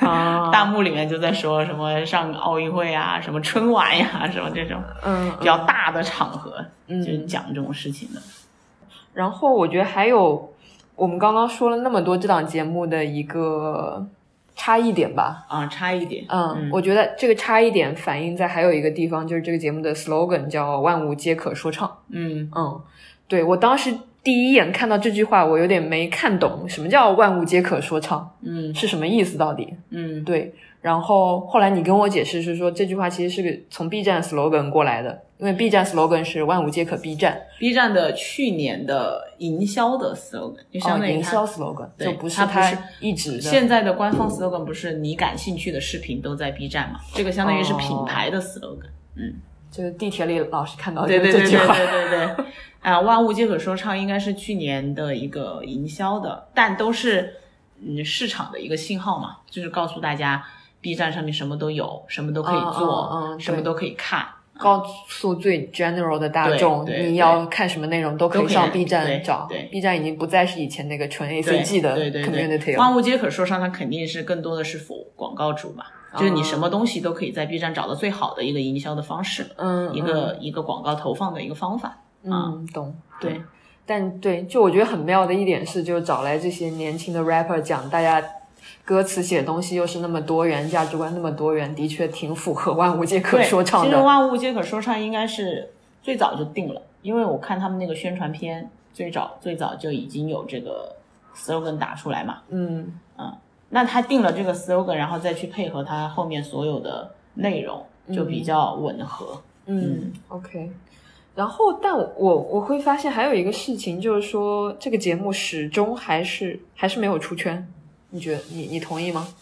[SPEAKER 1] 啊
[SPEAKER 2] 弹幕里面就在说什么上奥运会啊，什么春晚呀、什么这种
[SPEAKER 1] 嗯
[SPEAKER 2] 比较大的场合，
[SPEAKER 1] 嗯
[SPEAKER 2] 就是讲这种事情的。
[SPEAKER 1] 然后我觉得还有我们刚刚说了那么多这档节目的一个差异点吧，
[SPEAKER 2] 啊，差一点，
[SPEAKER 1] 嗯，我觉得这个差异点反映在还有一个地方，就是这个节目的 slogan 叫“万物皆可说唱
[SPEAKER 2] 嗯”。
[SPEAKER 1] 嗯，对我当时第一眼看到这句话，我有点没看懂，什么叫“万物皆可说唱
[SPEAKER 2] 嗯”
[SPEAKER 1] 是什么意思到底？
[SPEAKER 2] 嗯，
[SPEAKER 1] 对，然后后来你跟我解释是说这句话其实是个从 B 站 slogan 过来的，因为 B 站 slogan 是“万物皆可 B 站
[SPEAKER 2] B 站的去年的营销的 slogan 就”，
[SPEAKER 1] 哦
[SPEAKER 2] 相，当于
[SPEAKER 1] 营
[SPEAKER 2] 它
[SPEAKER 1] 销 slogan
[SPEAKER 2] 对
[SPEAKER 1] 就不是
[SPEAKER 2] 它不是
[SPEAKER 1] 它一直的。
[SPEAKER 2] 现在的官方 slogan 不是你感兴趣的视频都在 B 站嘛？这个相当于是品牌的 slogan。
[SPEAKER 1] 就是地铁里老是看到
[SPEAKER 2] 对
[SPEAKER 1] 这
[SPEAKER 2] 对
[SPEAKER 1] 这
[SPEAKER 2] 对
[SPEAKER 1] 句
[SPEAKER 2] 对
[SPEAKER 1] 话，
[SPEAKER 2] 对对 对，啊，万物皆可说唱应该是去年的一个营销的，但都是嗯市场的一个信号嘛，就是告诉大家 B 站上面什么都有，什么都可以做，
[SPEAKER 1] 嗯嗯嗯嗯
[SPEAKER 2] 什么都可以看，
[SPEAKER 1] 告诉最 general 的大
[SPEAKER 2] 对
[SPEAKER 1] 众，
[SPEAKER 2] 对
[SPEAKER 1] 你要看什么内容都可
[SPEAKER 2] 都
[SPEAKER 1] 以
[SPEAKER 2] 可以
[SPEAKER 1] 上 B
[SPEAKER 2] 对
[SPEAKER 1] 站找。
[SPEAKER 2] 对
[SPEAKER 1] B 站已经不再是以前那个纯
[SPEAKER 2] 对
[SPEAKER 1] ACG 的
[SPEAKER 2] 对对对
[SPEAKER 1] community 了。
[SPEAKER 2] 万物皆可说唱，它肯定是更多的是否广告主嘛，就是你
[SPEAKER 1] 哦
[SPEAKER 2] 什么东西都可以在 B 站找到最好的一个营销的方式，
[SPEAKER 1] 嗯，
[SPEAKER 2] 一个啊一个广告投放的一个方法。
[SPEAKER 1] 嗯嗯懂。
[SPEAKER 2] 对，
[SPEAKER 1] 但对，就我觉得很妙的一点是，就找来这些年轻的 rapper 讲大家。歌词写的东西又是那么多元，价值观那么多元，的确挺符合万物皆可
[SPEAKER 2] 对
[SPEAKER 1] 说唱
[SPEAKER 2] 其实
[SPEAKER 1] 的。
[SPEAKER 2] 万物皆可说唱应该是最早就定了，因为我看他们那个宣传片，最早最早就已经有这个 slogan 打出来嘛。
[SPEAKER 1] 嗯，
[SPEAKER 2] 那他定了这个 slogan，然后再去配合他后面所有的内容，就比较吻合。
[SPEAKER 1] 嗯，OK。然后，但我我会发现还有一个事情，就是说这个节目始终还是还是没有出圈。你觉得你你同意吗？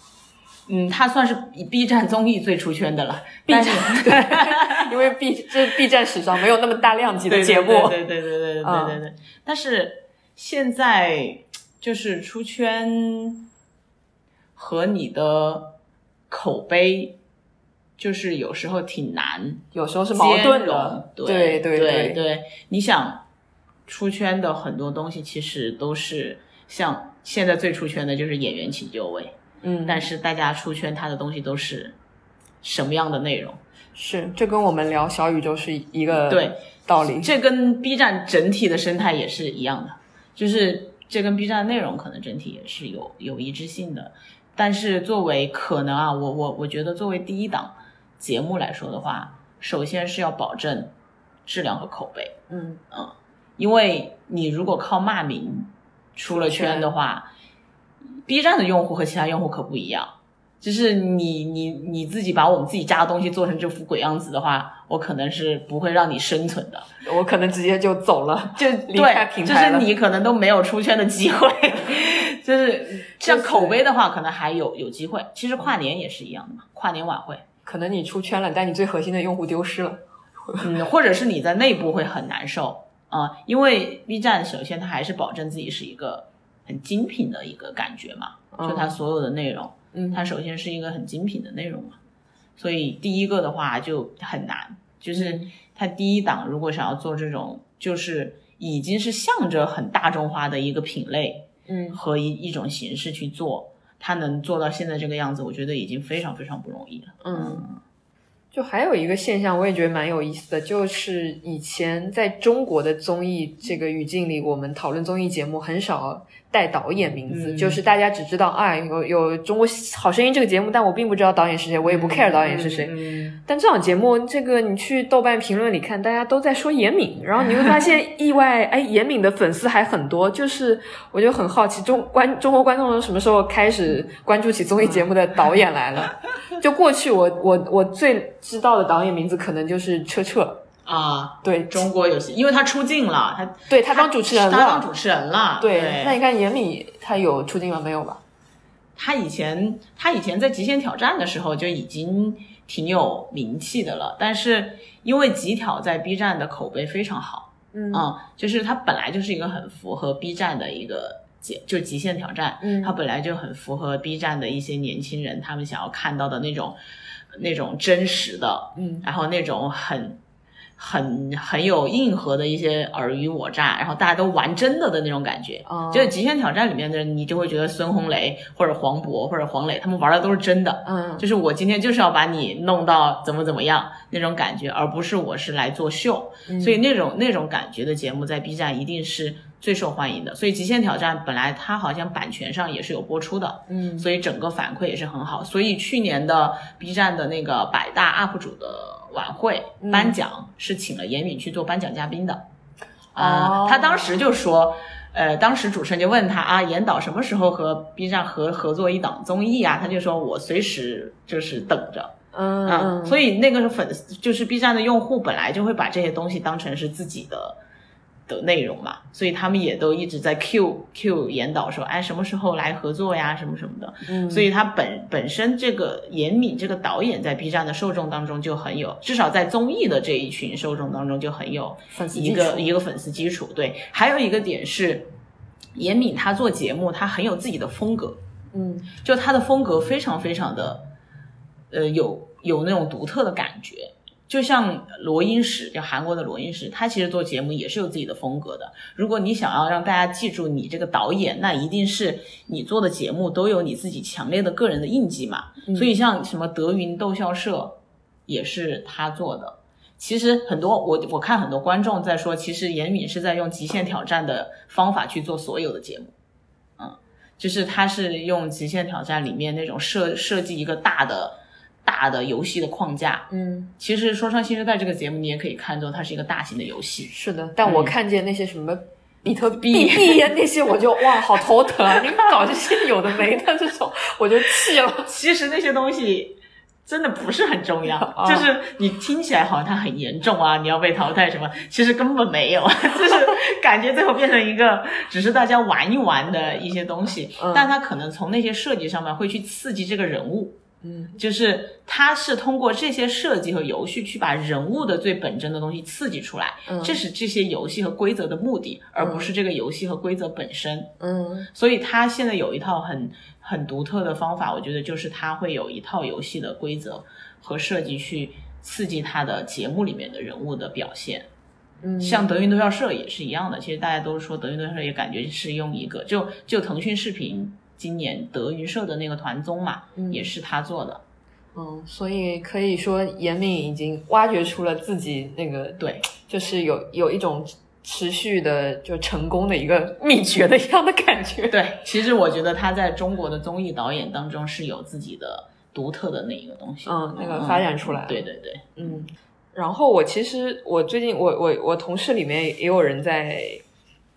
[SPEAKER 2] 嗯，他算是 B 站综艺最出圈的了。B 站
[SPEAKER 1] 对，因为 B 这 B 站史上没有那么大量级的节目。
[SPEAKER 2] 对对对对对对对对对。但是现在就是出圈和你的口碑，就是有时候挺难
[SPEAKER 1] 有时候是矛盾的
[SPEAKER 2] 的。。
[SPEAKER 1] 对
[SPEAKER 2] 对
[SPEAKER 1] 对
[SPEAKER 2] 对，你想出圈的很多东西，其实都是像现在最出圈的就是演员请就位，
[SPEAKER 1] 嗯，
[SPEAKER 2] 但是大家出圈他的东西都是什么样的内容？
[SPEAKER 1] 是这跟我们聊小宇宙是一个
[SPEAKER 2] 对
[SPEAKER 1] 道理。
[SPEAKER 2] 这跟 B 站整体的生态也是一样的，就是这跟 B 站的内容可能整体也是有有一致性的。但是作为可能啊，我我我觉得作为第一档节目来说的话，首先是要保证质量和口碑，
[SPEAKER 1] 嗯
[SPEAKER 2] 因为你如果靠骂名出了圈的话，B 站的用户和其他用户可不一样。就是你你你自己把我们自己家的东西做成这副鬼样子的话，我可能是不会让你生存的。
[SPEAKER 1] 我可能直接就走了。
[SPEAKER 2] 就
[SPEAKER 1] 离开平台
[SPEAKER 2] 对
[SPEAKER 1] 了
[SPEAKER 2] 就是你可能都没有出圈的机会。就是像口碑的话，可能还有有机会。其实跨年也是一样的嘛，跨年 晚会，
[SPEAKER 1] 可能你出圈了，但你最核心的用户丢失了。
[SPEAKER 2] 嗯，或者是你在内部会很难受啊、因为 B 站首先它还是保证自己是一个很精品的一个感觉嘛，就它所有的内容，
[SPEAKER 1] 嗯，
[SPEAKER 2] 它首先是一个很精品的内容嘛，所以第一个的话就很难，就是
[SPEAKER 1] 嗯
[SPEAKER 2] 它第一档如果想要做这种，就是已经是向着很大众化的一个品类，
[SPEAKER 1] 嗯
[SPEAKER 2] 和一一种形式去做，他能做到现在这个样子，我觉得已经非常非常不容易了。
[SPEAKER 1] 嗯，就还有一个现象，我也觉得蛮有意思的，就是以前在中国的综艺这个语境里，我们讨论综艺节目很少带导演名字，
[SPEAKER 2] 嗯
[SPEAKER 1] 就是大家只知道啊有有《中国好声音》这个节目，但我并不知道导演是谁，我也不 care 导演是谁。
[SPEAKER 2] 嗯
[SPEAKER 1] 但这档节目，这个你去豆瓣评论里看，大家都在说严敏，然后你会发现意外，哎，严敏的粉丝还很多。就是我就很好奇，中观中国观众什么时候开始关注起综艺节目的导演来了？就过去我我我最知道的导演名字可能就是车澈，
[SPEAKER 2] 啊，
[SPEAKER 1] 对
[SPEAKER 2] 中国有戏，因为他出镜了，他
[SPEAKER 1] 对，他当主持人
[SPEAKER 2] 他当
[SPEAKER 1] 了。
[SPEAKER 2] 主持人了。
[SPEAKER 1] 对，那你看严敏他有出镜了没有吧？
[SPEAKER 2] 他以前他以前在《极限挑战》的时候就已经挺有名气的了，但是因为极挑在 B 站的口碑非常好，
[SPEAKER 1] 嗯
[SPEAKER 2] 嗯，就是它本来就是一个很符合 B 站的一个节，就极限挑战，
[SPEAKER 1] 嗯
[SPEAKER 2] 它本来就很符合 B 站的一些年轻人他们想要看到的那种那种真实的，
[SPEAKER 1] 嗯
[SPEAKER 2] 然后那种很很很有硬核的一些尔虞我诈，然后大家都玩真的的那种感觉。
[SPEAKER 1] 啊，
[SPEAKER 2] 就是《极限挑战》里面的人，你就会觉得孙红雷或者黄渤或者黄磊，他们玩的都是真的，
[SPEAKER 1] 嗯
[SPEAKER 2] 就是我今天就是要把你弄到怎么怎么样那种感觉，而不是我是来做秀。
[SPEAKER 1] 嗯
[SPEAKER 2] 所以那种那种感觉的节目在 B 站一定是最受欢迎的。所以《极限挑战》本来它好像版权上也是有播出的，
[SPEAKER 1] 嗯
[SPEAKER 2] 所以整个反馈也是很好。所以去年的 B 站的那个百大 UP 主的晚会
[SPEAKER 1] 嗯
[SPEAKER 2] 颁奖是请了严敏去做颁奖嘉宾的。
[SPEAKER 1] 哦
[SPEAKER 2] 啊，他当时就说，呃，当时主持人就问他啊，严导什么时候和 B 站合合作一档综艺啊？他就说我随时就是等着。
[SPEAKER 1] 嗯
[SPEAKER 2] 嗯，
[SPEAKER 1] 嗯，
[SPEAKER 2] 所
[SPEAKER 1] 以
[SPEAKER 2] 以那个粉丝就是 B 站的用户本来就会把这些东西当成是自己的的内容嘛，所以他们也都一直在 Q Q 严导说，哎，什么时候来合作呀，什么什么的。
[SPEAKER 1] 嗯
[SPEAKER 2] 所以他本本身这个严敏这个导演在 B 站的受众当中就很有，至少在综艺的这一群受众当中就很有
[SPEAKER 1] 粉丝
[SPEAKER 2] 一
[SPEAKER 1] 基
[SPEAKER 2] 个
[SPEAKER 1] 础
[SPEAKER 2] 一个粉丝基础。对，还有一个点是，严敏她做节目，她很有自己的风格，
[SPEAKER 1] 嗯
[SPEAKER 2] 就她的风格非常非常的，呃，有有那种独特的感觉。就像罗英石，就韩国的罗英石，他其实做节目也是有自己的风格的。如果你想要让大家记住你这个导演，那一定是你做的节目都有你自己强烈的个人的印记嘛。
[SPEAKER 1] 嗯
[SPEAKER 2] 所以像什么德云逗笑社也是他做的。其实很多我我看很多观众在说，其实严敏是在用极限挑战的方法去做所有的节目，嗯，就是他是用极限挑战里面那种设设计一个大的大的游戏的框架。
[SPEAKER 1] 嗯
[SPEAKER 2] 其实说唱新时代这个节目，你也可以看作它是一个大型的游戏。
[SPEAKER 1] 是的，但我
[SPEAKER 2] 嗯
[SPEAKER 1] 看见那些什么比特 币、币呀那些，我就哇，好头疼啊！你们搞这些有的没的这种，我就气了。
[SPEAKER 2] 其实那些东西真的不是很重要，
[SPEAKER 1] 哦
[SPEAKER 2] 就是你听起来好像它很严重啊，你要被淘汰什么，其实根本没有， 就是感觉最后变成一个只是大家玩一玩的一些东西，
[SPEAKER 1] 嗯
[SPEAKER 2] 但它可能从那些设计上面会去刺激这个人物。
[SPEAKER 1] 嗯
[SPEAKER 2] 就是它是通过这些设计和游戏去把人物的最本真的东西刺激出来，
[SPEAKER 1] 嗯
[SPEAKER 2] 这是这些游戏和规则的目的，而不是这个游戏和规则本身。
[SPEAKER 1] 嗯
[SPEAKER 2] 所以他现在有一套很很独特的方法，我觉得就是他会有一套游戏的规则和设计去刺激他的节目里面的人物的表现。
[SPEAKER 1] 嗯，
[SPEAKER 2] 像德云对校社也是一样的，其实大家都说德云对校社也感觉是用一个，就就腾讯视频今年德云社的那个团综嘛，
[SPEAKER 1] 嗯
[SPEAKER 2] 也是他做的。
[SPEAKER 1] 嗯，所以可以说严敏已经挖掘出了自己那个，
[SPEAKER 2] 对，
[SPEAKER 1] 就是有有一种持续的就成功的一个秘诀的一样的感觉。
[SPEAKER 2] 对，其实我觉得他在中国的综艺导演当中是有自己的独特的那一个东西，
[SPEAKER 1] 嗯那个发展出来了
[SPEAKER 2] 对对对，
[SPEAKER 1] 嗯，然后我其实我最近我我我同事里面也有人在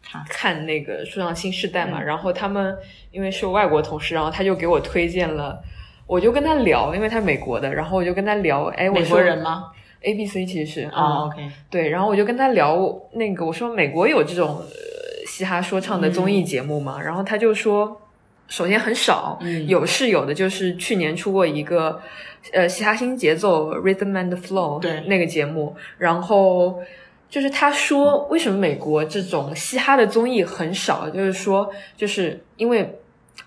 [SPEAKER 2] 看
[SPEAKER 1] 看那个《树上新时代》嘛，
[SPEAKER 2] 嗯
[SPEAKER 1] 然后他们因为是外国同事，然后他就给我推荐了。我就跟他聊，因为他是美国的，然后我就跟他聊，哎，我
[SPEAKER 2] 美
[SPEAKER 1] 说
[SPEAKER 2] 国人吗？
[SPEAKER 1] A B C 其实是
[SPEAKER 2] 啊、
[SPEAKER 1] 嗯
[SPEAKER 2] o k
[SPEAKER 1] 对，然后我就跟他聊那个，我说美国有这种呃嘻哈说唱的综艺节目吗？然后他就说，首先很少，
[SPEAKER 2] 嗯
[SPEAKER 1] 有是有的，就是去年出过一个呃嘻哈新节奏 Rhythm and Flow
[SPEAKER 2] 对
[SPEAKER 1] 那个节目，然后。就是他说，为什么美国这种嘻哈的综艺很少？就是说，就是因为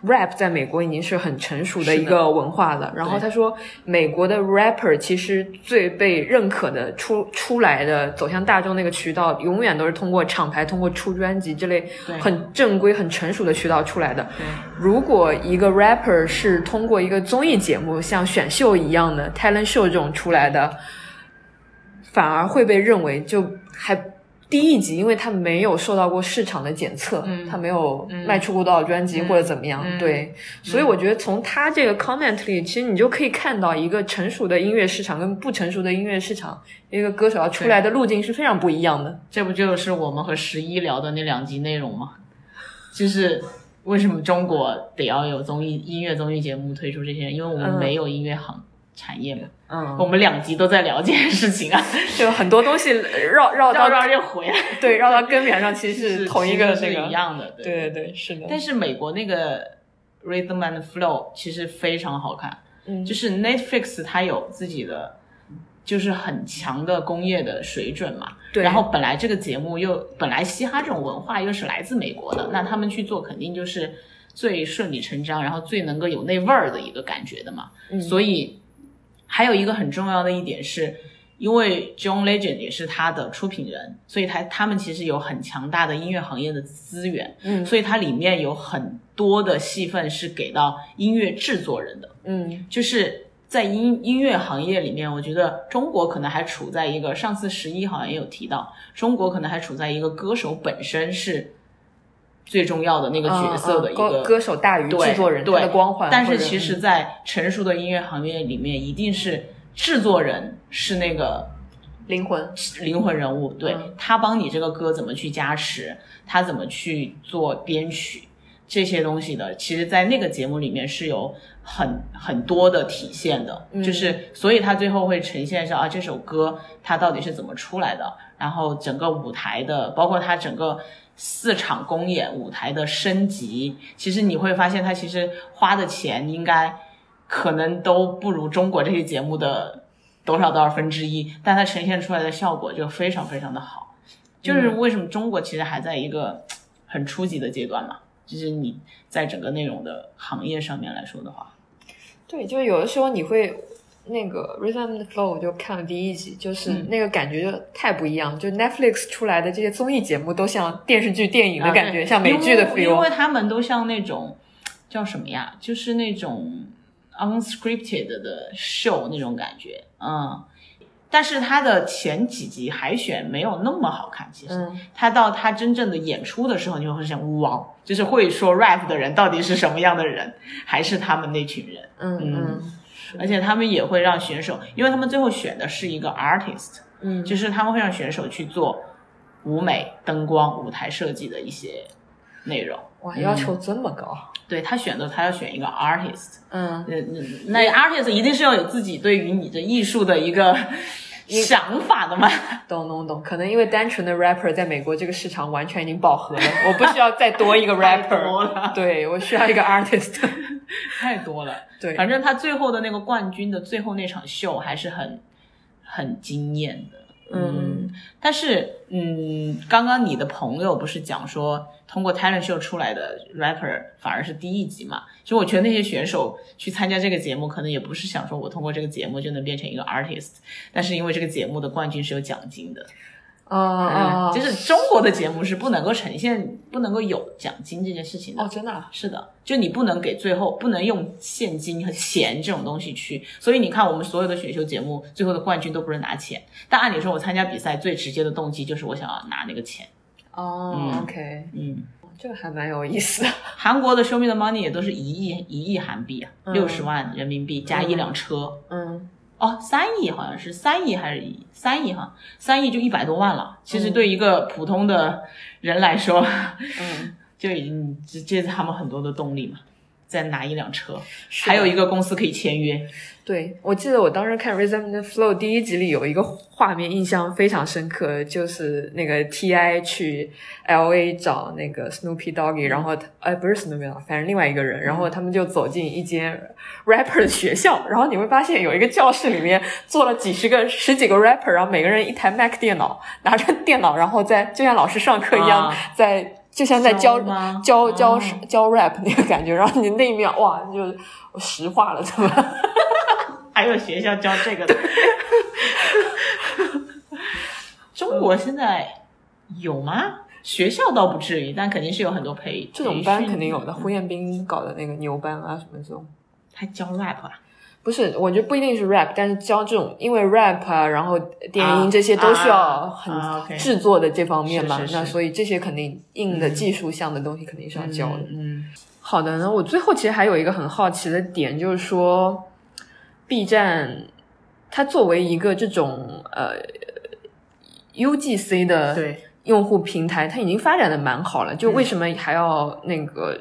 [SPEAKER 1] rap 在美国已经是很成熟的
[SPEAKER 2] 是
[SPEAKER 1] 一
[SPEAKER 2] 的
[SPEAKER 1] 个文化了。然后
[SPEAKER 2] 对
[SPEAKER 1] 他说，美国的 rapper 其实最被认可的出出来的走向大众那个渠道，永远都是通过厂牌、通过出专辑这类
[SPEAKER 2] 对
[SPEAKER 1] 很正规、很成熟的渠道出来的。
[SPEAKER 2] 对。
[SPEAKER 1] 如果一个 rapper 是通过一个综艺节目，像选秀一样的 talent show 这种出来的，反而会被认为就还低一级，因为他没有受到过市场的检测，
[SPEAKER 2] 嗯
[SPEAKER 1] 他没有
[SPEAKER 2] 嗯
[SPEAKER 1] 卖出过多少专辑
[SPEAKER 2] 嗯
[SPEAKER 1] 或者怎么样。
[SPEAKER 2] 嗯
[SPEAKER 1] 对，所以我觉得从他这个 comment 里，其实你就可以看到一个成熟的音乐市场跟不成熟的音乐市场，一个歌手要出来的路径是非常不一样的。
[SPEAKER 2] 这不就是我们和十一聊的那两集内容吗？就是为什么中国得要有综艺音乐综艺节目推出这些，因为我们
[SPEAKER 1] 嗯
[SPEAKER 2] 没有音乐行产业嘛。
[SPEAKER 1] 嗯，
[SPEAKER 2] 我们两集都在聊这件事 情啊，
[SPEAKER 1] 就很多东西绕绕到
[SPEAKER 2] 绕绕又回来，
[SPEAKER 1] 对绕到根源上，其实
[SPEAKER 2] 是
[SPEAKER 1] 同一个
[SPEAKER 2] 其
[SPEAKER 1] 那
[SPEAKER 2] 实是
[SPEAKER 1] 个
[SPEAKER 2] 一。样的。
[SPEAKER 1] 对对对，是的。
[SPEAKER 2] 但是美国那个 Rhythm and Flow 其实非常好看，
[SPEAKER 1] 嗯
[SPEAKER 2] 就是 Netflix 它有自己的。就是很强的工业的水准嘛，
[SPEAKER 1] 对
[SPEAKER 2] 然后本来这个节目又本来嘻哈这种文化又是来自美国的，那他们去做肯定就是最顺理成章，然后最能够有那味儿的一个感觉的嘛。
[SPEAKER 1] 嗯
[SPEAKER 2] 所以还有一个很重要的一点是。因为 John Legend 也是他的出品人，所以他他们其实有很强大的音乐行业的资源，
[SPEAKER 1] 嗯
[SPEAKER 2] 所以它里面有很多的戏份是给到音乐制作人的，
[SPEAKER 1] 嗯
[SPEAKER 2] 就是在音音乐行业里面，我觉得中国可能还处在一个上次十一好像也有提到，中国可能还处在一个歌手本身是最重要的那个角色的一
[SPEAKER 1] 哦歌嗯
[SPEAKER 2] 个
[SPEAKER 1] 歌手大于
[SPEAKER 2] 对
[SPEAKER 1] 制作人他
[SPEAKER 2] 对
[SPEAKER 1] 的光环，
[SPEAKER 2] 但
[SPEAKER 1] 或
[SPEAKER 2] 是
[SPEAKER 1] 者
[SPEAKER 2] 其实，在成熟的音乐行业里面，一定是制作人是那个
[SPEAKER 1] 嗯灵魂，
[SPEAKER 2] 灵魂人物，对、
[SPEAKER 1] 嗯
[SPEAKER 2] 他帮你这个歌怎么去加持，他怎么去做编曲这些东西的，其实，在那个节目里面是有很很多的体现的，
[SPEAKER 1] 嗯
[SPEAKER 2] 就是所以他最后会呈现上啊这首歌它到底是怎么出来的，然后整个舞台的，包括它整个。四场公演舞台的升级，其实你会发现，他其实花的钱应该可能都不如中国这些节目的多少多少分之一，但它呈现出来的效果就非常非常的好。就是为什么中国其实还在一个嘖很初级的阶段嘛，就是你在整个内容的行业上面来说的话，
[SPEAKER 1] 对，就有的时候你会。那个《Rhythm and Flow》我就看了第一集，就是
[SPEAKER 2] 嗯
[SPEAKER 1] 那个感觉就太不一样。就 Netflix 出来的这些综艺节目都像电视剧、电影的感觉，
[SPEAKER 2] 啊
[SPEAKER 1] 像美剧的
[SPEAKER 2] 因为因
[SPEAKER 1] feel。
[SPEAKER 2] 为他们都像那种嘖叫什么呀，就是那种 unscripted 的 show 那种感觉，嗯。但是它的前几集海选没有那么好看，其实，
[SPEAKER 1] 嗯，
[SPEAKER 2] 他到他真正的演出的时候，你会想，哇，就是会说 rap 的人到底是什么样的人，还是他们那群人？
[SPEAKER 1] 嗯嗯
[SPEAKER 2] 而且他们也会让选手，因为他们最后选的是一个 artist，
[SPEAKER 1] 嗯，
[SPEAKER 2] 就是他们会让选手去做舞美、灯光、舞台设计的一些内容。
[SPEAKER 1] 哇，要
[SPEAKER 2] 嗯
[SPEAKER 1] 求这么高，
[SPEAKER 2] 对他选择，他要选一个 artist，
[SPEAKER 1] 嗯，
[SPEAKER 2] 那那那 artist 一定是要有自己对于你的艺术的一个想法的嘛？
[SPEAKER 1] 懂懂懂，可能因为单纯的 rapper 在美国这个市场完全已经饱和了，我不需要再多一个
[SPEAKER 2] 太多
[SPEAKER 1] rapper，
[SPEAKER 2] 了，
[SPEAKER 1] 对我需要一个 artist。
[SPEAKER 2] 太多了。
[SPEAKER 1] 对，
[SPEAKER 2] 反正他最后的那个冠军的最后那场秀还是很很惊艳的。
[SPEAKER 1] 嗯，
[SPEAKER 2] 但是嗯，刚刚你的朋友不是讲说，通过 talent show 出来的 rapper 反而是第一级嘛？其实我觉得那些选手去参加这个节目，可能也不是想说我通过这个节目就能变成一个 artist，但是因为这个节目的冠军是有奖金的，
[SPEAKER 1] 啊啊，
[SPEAKER 2] 就是中国的节目是不能够呈现、不能够有奖金这件事情的。
[SPEAKER 1] 哦，真的啊
[SPEAKER 2] 是的，就你不能给最后不能用现金和钱这种东西去，所以你看我们所有的选秀节目最后的冠军都不是拿钱，但按理说我参加比赛最直接的动机就是我想要拿那个钱。
[SPEAKER 1] 哦
[SPEAKER 2] 嗯
[SPEAKER 1] ，OK，
[SPEAKER 2] 嗯，
[SPEAKER 1] 这个还蛮有意思的。
[SPEAKER 2] 韩国的 Show Me the Money 也都是一亿一亿韩币啊，
[SPEAKER 1] 嗯
[SPEAKER 2] 六十万人民币加一辆车、
[SPEAKER 1] 嗯，
[SPEAKER 2] 哦，三亿好像是三亿还是一三亿哈，三亿就一百多万了。其实对一个普通的人来说，
[SPEAKER 1] 嗯，
[SPEAKER 2] 就已经这这是他们很多的动力嘛，再拿一辆车，
[SPEAKER 1] 是的
[SPEAKER 2] 还有一个公司可以签约。
[SPEAKER 1] 对，我记得我当时看《Rhythm and Flow》第一集里有一个画面印象非常深刻，就是那个 T.I 去 L.A 找那个 Snoopy
[SPEAKER 2] 嗯
[SPEAKER 1] Doggy，然后他哎不是 Snoopy Dogg，反正另外一个人，然后他们就走进一间 rapper 的学校，然后你会发现有一个教室里面坐了几十个、十几个 rapper，然后每个人一台 Mac 电脑，拿着电脑，然后在就像老师上课一样，
[SPEAKER 2] 啊
[SPEAKER 1] 在就像在教
[SPEAKER 2] 教吗
[SPEAKER 1] 教教
[SPEAKER 2] 哦
[SPEAKER 1] 教 rap 那个感觉，然后你那一秒哇就我石化了，怎么？
[SPEAKER 2] 还有学校教这个 的。中国现在有吗？学校倒不至于，但肯定是有很多培
[SPEAKER 1] 这种班
[SPEAKER 2] 培训
[SPEAKER 1] 肯定有的，胡彦斌搞的那个牛班啊什么这种，
[SPEAKER 2] 还教 rap 啊？
[SPEAKER 1] 不是，我觉得不一定是 rap，但是教这种，因为 rap 啊，然后电音
[SPEAKER 2] 啊
[SPEAKER 1] 这些都需要
[SPEAKER 2] 啊啊
[SPEAKER 1] 很
[SPEAKER 2] ，OK
[SPEAKER 1] 制作的这方面嘛，
[SPEAKER 2] 是是是
[SPEAKER 1] 那所以这些肯定硬的技术项的东西肯定是要教的。
[SPEAKER 2] 嗯，
[SPEAKER 1] 好的，那我最后其实还有一个很好奇的点，就是说，B 站它作为一个这种呃 UGC 的
[SPEAKER 2] 对，
[SPEAKER 1] 用户平台，它已经发展的蛮好了，就
[SPEAKER 2] 嗯
[SPEAKER 1] 为什么还要那个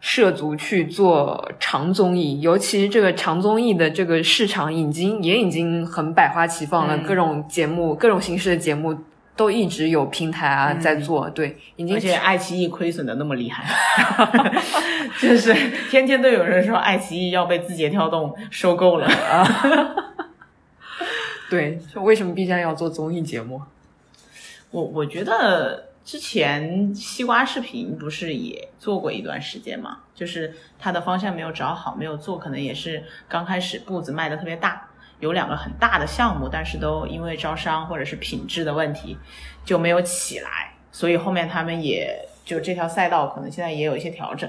[SPEAKER 1] 涉足去做长综艺？尤其这个长综艺的这个市场已经也已经很百花齐放了，
[SPEAKER 2] 嗯
[SPEAKER 1] 各种节目、各种形式的节目都一直有平台啊、
[SPEAKER 2] 嗯
[SPEAKER 1] 在做，对，已经
[SPEAKER 2] 而且爱奇艺亏损的那么厉害， 就是天天都有人说爱奇艺要被字节跳动收购了。
[SPEAKER 1] 对，就为什么 B 站要做综艺节目？
[SPEAKER 2] 我我觉得之前西瓜视频不是也做过一段时间嘛，就是它的方向没有找好，没有做，可能也是刚开始步子迈的特别大，有两个很大的项目，但是都因为招商或者是品质的问题就没有起来，所以后面他们也就这条赛道可能现在也有一些调整。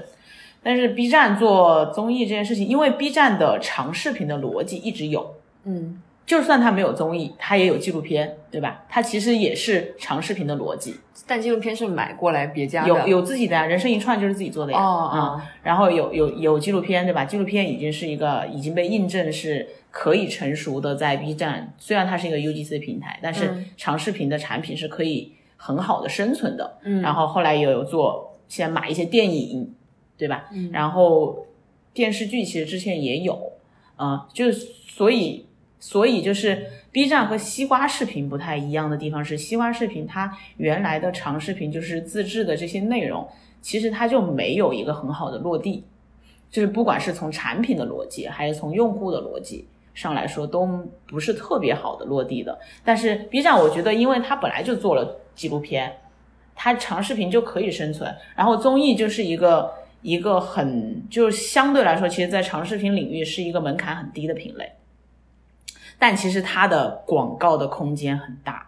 [SPEAKER 2] 但是 B 站做综艺这件事情，因为 B 站的长视频的逻辑一直有，
[SPEAKER 1] 嗯
[SPEAKER 2] 就算它没有综艺，它也有纪录片，对吧？它其实也是长视频的逻辑，
[SPEAKER 1] 但纪录片是买过来别家的，
[SPEAKER 2] 有有自己的呀，人生一串就是自己做的
[SPEAKER 1] 哦
[SPEAKER 2] 呀，啊、
[SPEAKER 1] 哦，
[SPEAKER 2] 然后有有有纪录片，对吧？纪录片已经是一个已经被印证是可以成熟的，在 B 站，虽然它是一个 UGC 平台，但是
[SPEAKER 1] 嗯
[SPEAKER 2] 长视频的产品是可以很好的生存的。
[SPEAKER 1] 嗯，
[SPEAKER 2] 然后后来也有做，现在买一些电影，对吧？
[SPEAKER 1] 嗯
[SPEAKER 2] 然后电视剧其实之前也有，啊、就是所以所以就是 B 站和西瓜视频不太一样的地方是，西瓜视频它原来的长视频就是自制的这些内容，其实它就没有一个很好的落地，就是不管是从产品的逻辑还是从用户的逻辑。上来说都不是特别好的落地的，但是 B 站我觉得，因为它本来就做了纪录片，它长视频就可以生存，然后综艺就是一个一个很就是相对来说，其实，在长视频领域是一个门槛很低的品类，但其实它的广告的空间很大，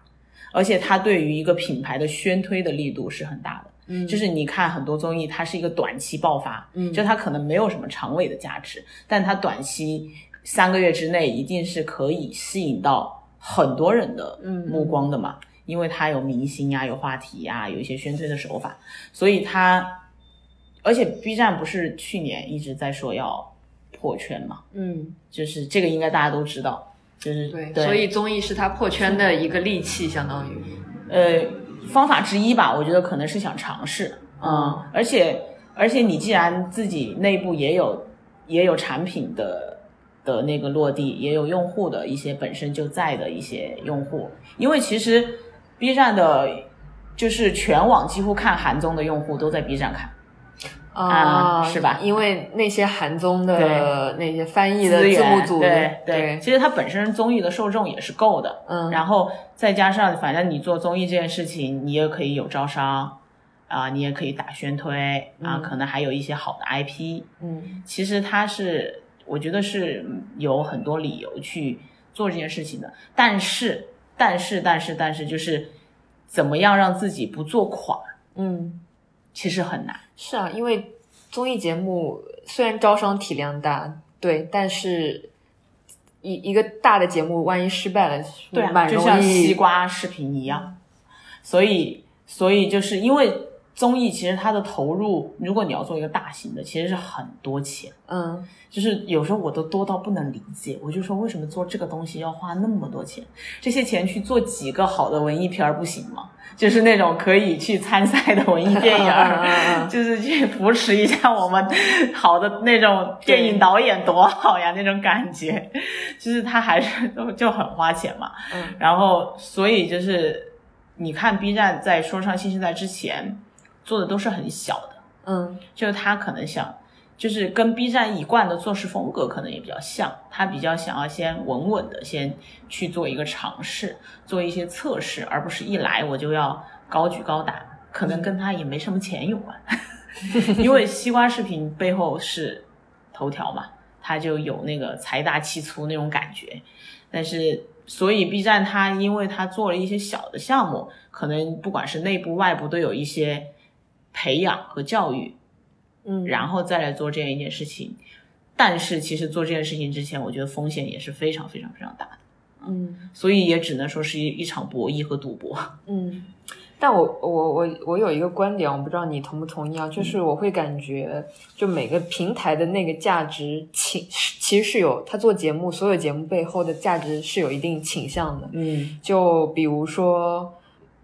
[SPEAKER 2] 而且它对于一个品牌的宣推的力度是很大的。
[SPEAKER 1] 嗯
[SPEAKER 2] 就是你看很多综艺，它是一个短期爆发，
[SPEAKER 1] 嗯
[SPEAKER 2] 就它可能没有什么长尾的价值，但它短期三个月之内一定是可以吸引到很多人的
[SPEAKER 1] 嗯
[SPEAKER 2] 目光的嘛，因为它有明星呀、有话题呀、有一些宣推的手法，所以它，而且 B 站不是去年一直在说要破圈嘛，
[SPEAKER 1] 嗯
[SPEAKER 2] 就是这个应该大家都知道，就是
[SPEAKER 1] 对，所以综艺是他破圈的一个利器，相当于
[SPEAKER 2] 呃方法之一吧，我觉得可能是想尝试，嗯，而且而且你既然自己内部也有也有产品的的那个落地，也有用户的一些本身就在的一些用户，因为其实 B 站的，就是全网几乎看韩综的用户都在 B 站看，啊是吧
[SPEAKER 1] 因为那些韩综的
[SPEAKER 2] 对
[SPEAKER 1] 那些翻译的
[SPEAKER 2] 资
[SPEAKER 1] 字
[SPEAKER 2] 源
[SPEAKER 1] 幕组，
[SPEAKER 2] 对
[SPEAKER 1] 对，
[SPEAKER 2] 其实它本身综艺的受众也是够的，
[SPEAKER 1] 嗯，
[SPEAKER 2] 然后再加上，反正你做综艺这件事情，你也可以有招商啊、你也可以打宣推啊、
[SPEAKER 1] 嗯
[SPEAKER 2] 可能还有一些好的 IP。
[SPEAKER 1] 嗯
[SPEAKER 2] 其实它是，我觉得是有很多理由去做这件事情的。但是，但是，但是，但是，就是怎么样让自己不做垮，
[SPEAKER 1] 嗯，
[SPEAKER 2] 其实很难。
[SPEAKER 1] 是啊，因为综艺节目虽然招商体量大，对，但是一一个大的节目万一失败了，
[SPEAKER 2] 对啊，
[SPEAKER 1] 蛮
[SPEAKER 2] 就
[SPEAKER 1] 容
[SPEAKER 2] 像
[SPEAKER 1] 易
[SPEAKER 2] 西瓜视频一样。所以，所以就是因为综艺，其实它的投入，如果你要做一个大型的，其实是很多钱。
[SPEAKER 1] 嗯
[SPEAKER 2] 就是有时候我都多到不能理解，我就说为什么做这个东西要花那么多钱？这些钱去做几个好的文艺片儿不行吗？就是那种可以去参赛的文艺电 影
[SPEAKER 1] 嗯嗯嗯
[SPEAKER 2] 儿
[SPEAKER 1] 嗯，
[SPEAKER 2] 就是去扶持一下我们好的那种电影导演多好呀，那种感觉，就是他还是就就很花钱嘛。
[SPEAKER 1] 嗯
[SPEAKER 2] 然后所以就是你看 B 站在说唱新时代之前做的都是很小的。
[SPEAKER 1] 嗯
[SPEAKER 2] 就是他可能想，就是跟 B 站一贯的做事风格可能也比较像，他比较想要先稳稳的先去做一个尝试，做一些测试，而不是一来我就要高举高打，可能跟他也没什么钱有关， 因为西瓜视频背后是头条嘛，它就有那个财大气粗那种感觉，但是。所以 B 站它因为它做了一些小的项目，可能不管是内部外部都有一些培养和教育，
[SPEAKER 1] 嗯，
[SPEAKER 2] 然后再来做这样一件事情。但是其实做这件事情之前，我觉得风险也是非常非常非常大的，
[SPEAKER 1] 嗯
[SPEAKER 2] 所以也只能说是一一场博弈和赌博。
[SPEAKER 1] 嗯，但我我我我有一个观点，我不知道你同不同意啊，
[SPEAKER 2] 嗯
[SPEAKER 1] 就是我会感觉，就每个平台的那个价值倾，其实是有他做节目，所有节目背后的价值是有一定倾向的。
[SPEAKER 2] 嗯
[SPEAKER 1] 就比如说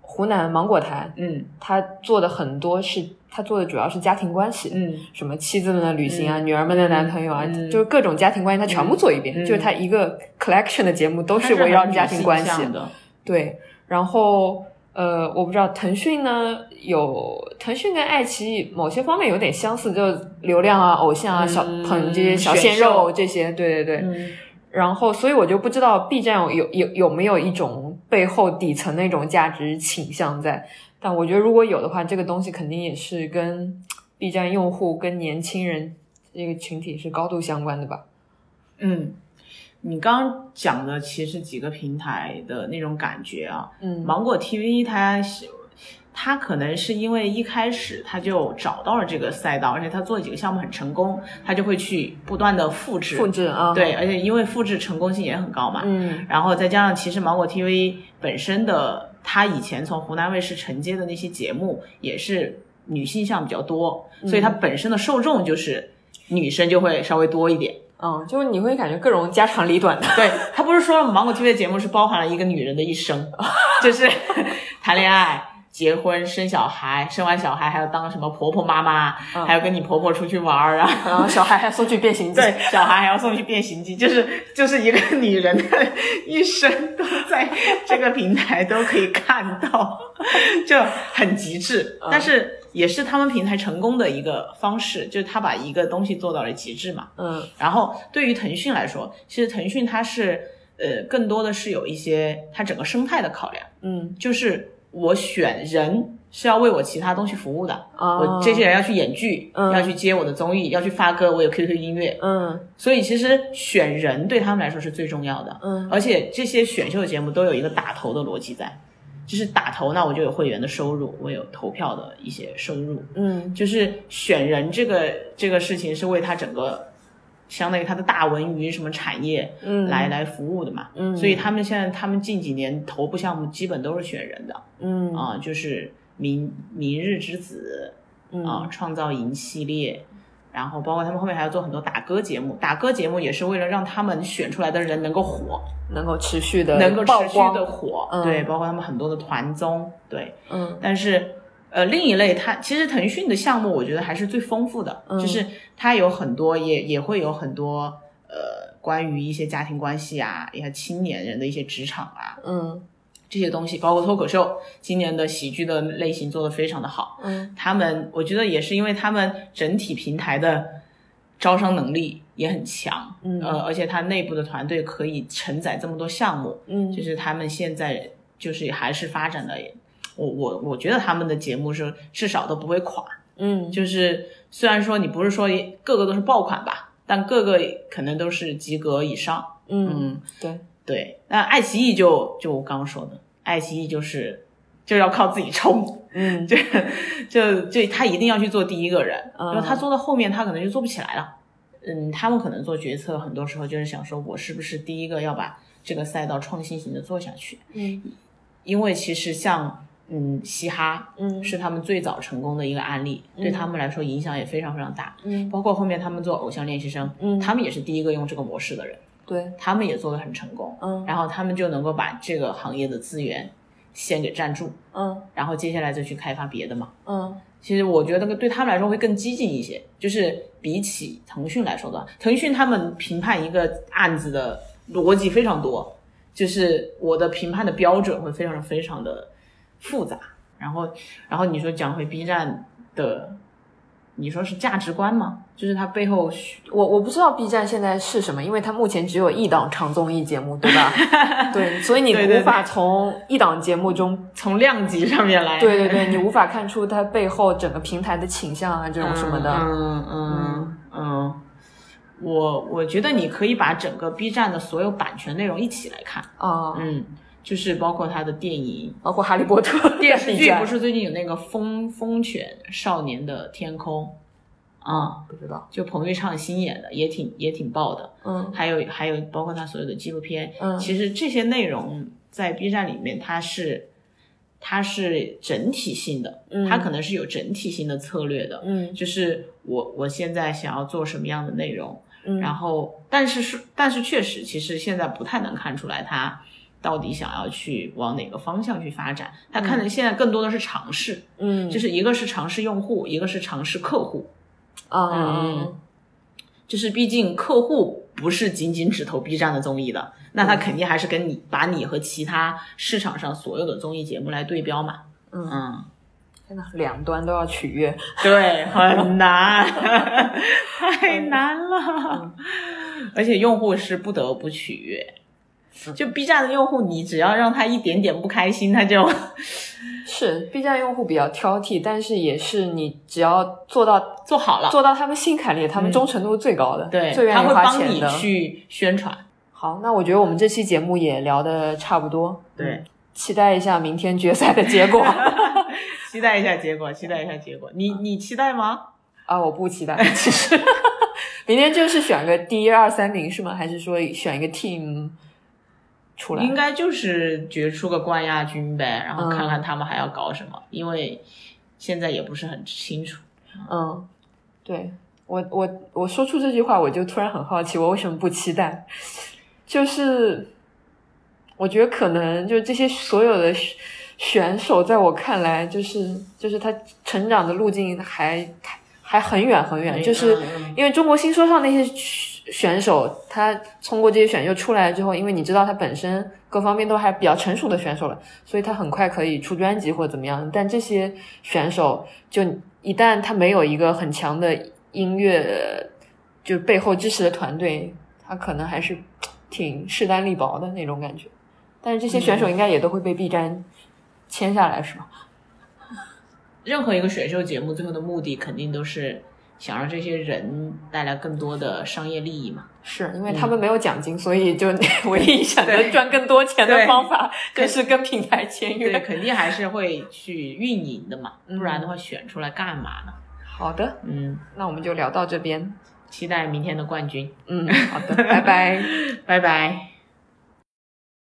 [SPEAKER 1] 湖南芒果台，
[SPEAKER 2] 嗯
[SPEAKER 1] 他做的很多是，他做的主要是家庭关系，
[SPEAKER 2] 嗯
[SPEAKER 1] 什么妻子们的旅行啊，女儿们的男朋友啊，
[SPEAKER 2] 嗯
[SPEAKER 1] 就是各种家庭关系，他全部做一遍，
[SPEAKER 2] 嗯
[SPEAKER 1] 就是他一个 collection 的节目都是围绕着家庭关系。
[SPEAKER 2] 的。
[SPEAKER 1] 对，然后呃，我不知道腾讯呢，有腾讯跟爱奇艺某些方面有点相似，就流量啊、偶像啊、小
[SPEAKER 2] 嗯
[SPEAKER 1] 捧这些小
[SPEAKER 2] 选
[SPEAKER 1] 鲜肉
[SPEAKER 2] 秀
[SPEAKER 1] 这些，对对对。
[SPEAKER 2] 嗯，
[SPEAKER 1] 然后，所以我就不知道 B 站有有有有没有一种背后底层的一种价值倾向在，但我觉得如果有的话，这个东西肯定也是跟 B 站用户跟年轻人这个群体是高度相关的吧？
[SPEAKER 2] 嗯，你刚刚讲的其实几个平台的那种感觉啊，
[SPEAKER 1] 嗯，
[SPEAKER 2] 芒果 TV 它是它可能是因为一开始它就找到了这个赛道，而且它做几个项目很成功，它就会去不断的复制。
[SPEAKER 1] 复制啊，
[SPEAKER 2] 对，，而且因为复制成功性也很高嘛，
[SPEAKER 1] 嗯
[SPEAKER 2] 然后再加上其实芒果 TV 本身的，它以前从湖南卫视承接的那些节目也是女性向比较多，所以它本身的受众就是女生就会稍微多一点。
[SPEAKER 1] 嗯，就是你会感觉各种家长里短的，
[SPEAKER 2] 对他不是说了吗芒果 TV 的节目是包含了一个女人的一生， 就是谈恋爱、结婚、生小孩，生完小孩还要当什么婆婆妈妈，
[SPEAKER 1] 嗯
[SPEAKER 2] 还要跟你婆婆出去玩儿啊。
[SPEAKER 1] 然后小孩还送去变形计，
[SPEAKER 2] 对，小孩还要送去变形记，就是就是一个女人的一生都在这个平台都可以看到，就很极致。但是也是他们平台成功的一个方式，就是他把一个东西做到了极致嘛。
[SPEAKER 1] 嗯
[SPEAKER 2] 然后对于腾讯来说，其实腾讯它是呃更多的是有一些它整个生态的考量，
[SPEAKER 1] 嗯
[SPEAKER 2] 就是我选人是要为我其他东西服务的。
[SPEAKER 1] 啊，
[SPEAKER 2] 我这些人要去演剧，
[SPEAKER 1] 嗯
[SPEAKER 2] 要去接我的综艺，要去发歌，我有 QQ 音乐，
[SPEAKER 1] 嗯
[SPEAKER 2] 所以其实选人对他们来说是最重要的，
[SPEAKER 1] 嗯
[SPEAKER 2] 而且这些选秀节目都有一个打头的逻辑在，就是打头呢，我就有会员的收入，我有投票的一些收入，
[SPEAKER 1] 嗯
[SPEAKER 2] 就是选人这个这个事情是为他整个相当于他的大文娱什么产业
[SPEAKER 1] 嗯，
[SPEAKER 2] 来、来服务的嘛，
[SPEAKER 1] 嗯
[SPEAKER 2] 所以他们现在他们近几年头部项目基本都是选人的
[SPEAKER 1] 嗯
[SPEAKER 2] 啊、就是明明日之子，
[SPEAKER 1] 嗯
[SPEAKER 2] 啊、创造营系列，然后包括他们后面还要做很多打歌节目，打歌节目也是为了让他们选出来的人能够火，
[SPEAKER 1] 能够持续的
[SPEAKER 2] 能够
[SPEAKER 1] 曝
[SPEAKER 2] 持续
[SPEAKER 1] 光
[SPEAKER 2] 的火，
[SPEAKER 1] 嗯
[SPEAKER 2] 对，包括他们很多的团综，对，
[SPEAKER 1] 嗯
[SPEAKER 2] 但是。呃，另一类它其实腾讯的项目，我觉得还是最丰富的，
[SPEAKER 1] 嗯
[SPEAKER 2] 就是它有很多，也也会有很多呃，关于一些家庭关系啊，一些青年人的一些职场啊
[SPEAKER 1] 嗯
[SPEAKER 2] 这些东西，包括脱口秀，今年的喜剧的类型做得非常的好，
[SPEAKER 1] 嗯
[SPEAKER 2] 他们，我觉得也是因为他们整体平台的招商能力也很强，
[SPEAKER 1] 嗯
[SPEAKER 2] 呃，而且他内部的团队可以承载这么多项目，
[SPEAKER 1] 嗯，
[SPEAKER 2] 就是他们现在就是还是发展的，我我我觉得他们的节目是至少都不会垮，
[SPEAKER 1] 嗯
[SPEAKER 2] 就是虽然说你不是说个个都是爆款吧，但个个可能都是及格以上，
[SPEAKER 1] 嗯
[SPEAKER 2] 嗯，
[SPEAKER 1] 对
[SPEAKER 2] 对。那爱奇艺就就我刚刚说的，爱奇艺就是就要靠自己冲，
[SPEAKER 1] 嗯
[SPEAKER 2] 这这这他一定要去做第一个人，
[SPEAKER 1] 嗯
[SPEAKER 2] 然后他做到后面他可能就做不起来了。嗯，他们可能做决策很多时候就是想说，我是不是第一个要把这个赛道创新型的做下去？
[SPEAKER 1] 嗯
[SPEAKER 2] 因为其实像嗯嘻哈
[SPEAKER 1] 嗯
[SPEAKER 2] 是他们最早成功的一个案例，
[SPEAKER 1] 嗯
[SPEAKER 2] 对他们来说影响也非常非常大。
[SPEAKER 1] 嗯
[SPEAKER 2] 包括后面他们做偶像练习生，
[SPEAKER 1] 嗯
[SPEAKER 2] 他们也是第一个用这个模式的人，
[SPEAKER 1] 对，
[SPEAKER 2] 他们也做得很成功，
[SPEAKER 1] 嗯
[SPEAKER 2] 然后他们就能够把这个行业的资源先给占住，
[SPEAKER 1] 嗯
[SPEAKER 2] 然后接下来再去开发别的嘛。
[SPEAKER 1] 嗯
[SPEAKER 2] 其实我觉得那个对他们来说会更激进一些，就是比起腾讯来说的话，腾讯他们评判一个案子的逻辑非常多，就是我的评判的标准会非常非常的复杂。然后，然后你说讲回 B 站的，你说是价值观吗？就是它背后需
[SPEAKER 1] 我我不知道 B 站现在是什么，因为它目前只有一档长综艺节目，对吧？对，所以你
[SPEAKER 2] 对对对
[SPEAKER 1] 无法从一档节目中
[SPEAKER 2] 从量级上面来，
[SPEAKER 1] 对对对，你无法看出它背后整个平台的倾向啊，这种什么的。
[SPEAKER 2] 嗯嗯嗯嗯，我我觉得你可以把整个 B 站的所有版权内容一起来看，
[SPEAKER 1] 啊、
[SPEAKER 2] 嗯，就是包括它的电影、啊
[SPEAKER 1] 包括《哈利波特》
[SPEAKER 2] 电视剧，不
[SPEAKER 1] 是
[SPEAKER 2] 是最近有那个《风风犬少年的天空》啊、
[SPEAKER 1] 不知道，
[SPEAKER 2] 就彭昱畅新演的，也挺也挺爆的，
[SPEAKER 1] 嗯
[SPEAKER 2] 还有还有包括他所有的纪录片，
[SPEAKER 1] 嗯
[SPEAKER 2] 其实这些内容在 B 站里面它是。它是整体性的，
[SPEAKER 1] 嗯
[SPEAKER 2] 它可能是有整体性的策略的，
[SPEAKER 1] 嗯
[SPEAKER 2] 就是我我现在想要做什么样的内容，
[SPEAKER 1] 嗯，
[SPEAKER 2] 然后但是是但是确实，其实现在不太能看出来他到底想要去往哪个方向去发展。他看的现在更多的是尝试，
[SPEAKER 1] 嗯
[SPEAKER 2] 就是是一个是尝试用户，一个是尝试客户。
[SPEAKER 1] 啊、
[SPEAKER 2] 嗯就是毕竟客户不是仅仅只投 B 站的综艺的，那他肯定还是跟你把你和其他市场上所有的综艺节目来对标嘛。
[SPEAKER 1] 嗯
[SPEAKER 2] 嗯，
[SPEAKER 1] 真的两端都要取悦。
[SPEAKER 2] 对，很难， 太难
[SPEAKER 1] 嗯
[SPEAKER 2] 了。而且用户是不得不取悦，就 B 站的用户，你只要让他一点点不开心，他就
[SPEAKER 1] 是 B 站用户比较挑剔，但是也是你只要做到
[SPEAKER 2] 做好了。
[SPEAKER 1] 做到他们心坎里，他们忠诚度最高的，
[SPEAKER 2] 对，
[SPEAKER 1] 最愿
[SPEAKER 2] 他
[SPEAKER 1] 意
[SPEAKER 2] 会
[SPEAKER 1] 花
[SPEAKER 2] 帮
[SPEAKER 1] 钱
[SPEAKER 2] 你
[SPEAKER 1] 的。
[SPEAKER 2] 去宣传。
[SPEAKER 1] 好，那我觉得我们这期节目也聊的差不多，嗯
[SPEAKER 2] 对，
[SPEAKER 1] 期待一下明天决赛的结 果。
[SPEAKER 2] 期待一下结果，期待一下结果。你你期待吗？
[SPEAKER 1] 啊，我不期待，其实 明天就是选个第一二三名是吗？还是说选一个 team 出来？
[SPEAKER 2] 应该就是决出个冠亚军呗，然后看
[SPEAKER 1] 嗯
[SPEAKER 2] 看他们还要搞什么，因为现在也不是很清楚。
[SPEAKER 1] 嗯，对我我我说出这句话，我就突然很好奇，我为什么不期待？就是我觉得可能就这些所有的选选手，在我看来，就是就是他成长的路径还还很远很远，就是。
[SPEAKER 2] 嗯
[SPEAKER 1] 因为中国新说唱那些选手，他通过这些选秀出来之后，因为你知道他本身各方面都还比较成熟的选手了，所以他很快可以出专辑或者怎么样。但这些选手，就一旦他没有一个很强的音乐，就是背后支持的团队，他可能还是挺势单力薄的那种感觉。但是这些选手应该也都会被 B 站签下来，是吧？
[SPEAKER 2] 任何一个选秀节目最后的目的肯定都是想让这些人带来更多的商业利益嘛，
[SPEAKER 1] 是
[SPEAKER 2] 嗯
[SPEAKER 1] 因为他们没有奖金，所以就唯一想着赚更多钱的
[SPEAKER 2] 对
[SPEAKER 1] 方法，
[SPEAKER 2] 对
[SPEAKER 1] 就是跟品牌签
[SPEAKER 2] 对，
[SPEAKER 1] 约。
[SPEAKER 2] 肯定还是会去运营的嘛，
[SPEAKER 1] 嗯
[SPEAKER 2] 不然的话选出来干嘛呢？
[SPEAKER 1] 好的，
[SPEAKER 2] 嗯，
[SPEAKER 1] 那我们就聊到这边。
[SPEAKER 2] 期待明天的冠军，
[SPEAKER 1] 嗯，好的，拜拜。
[SPEAKER 2] 拜拜。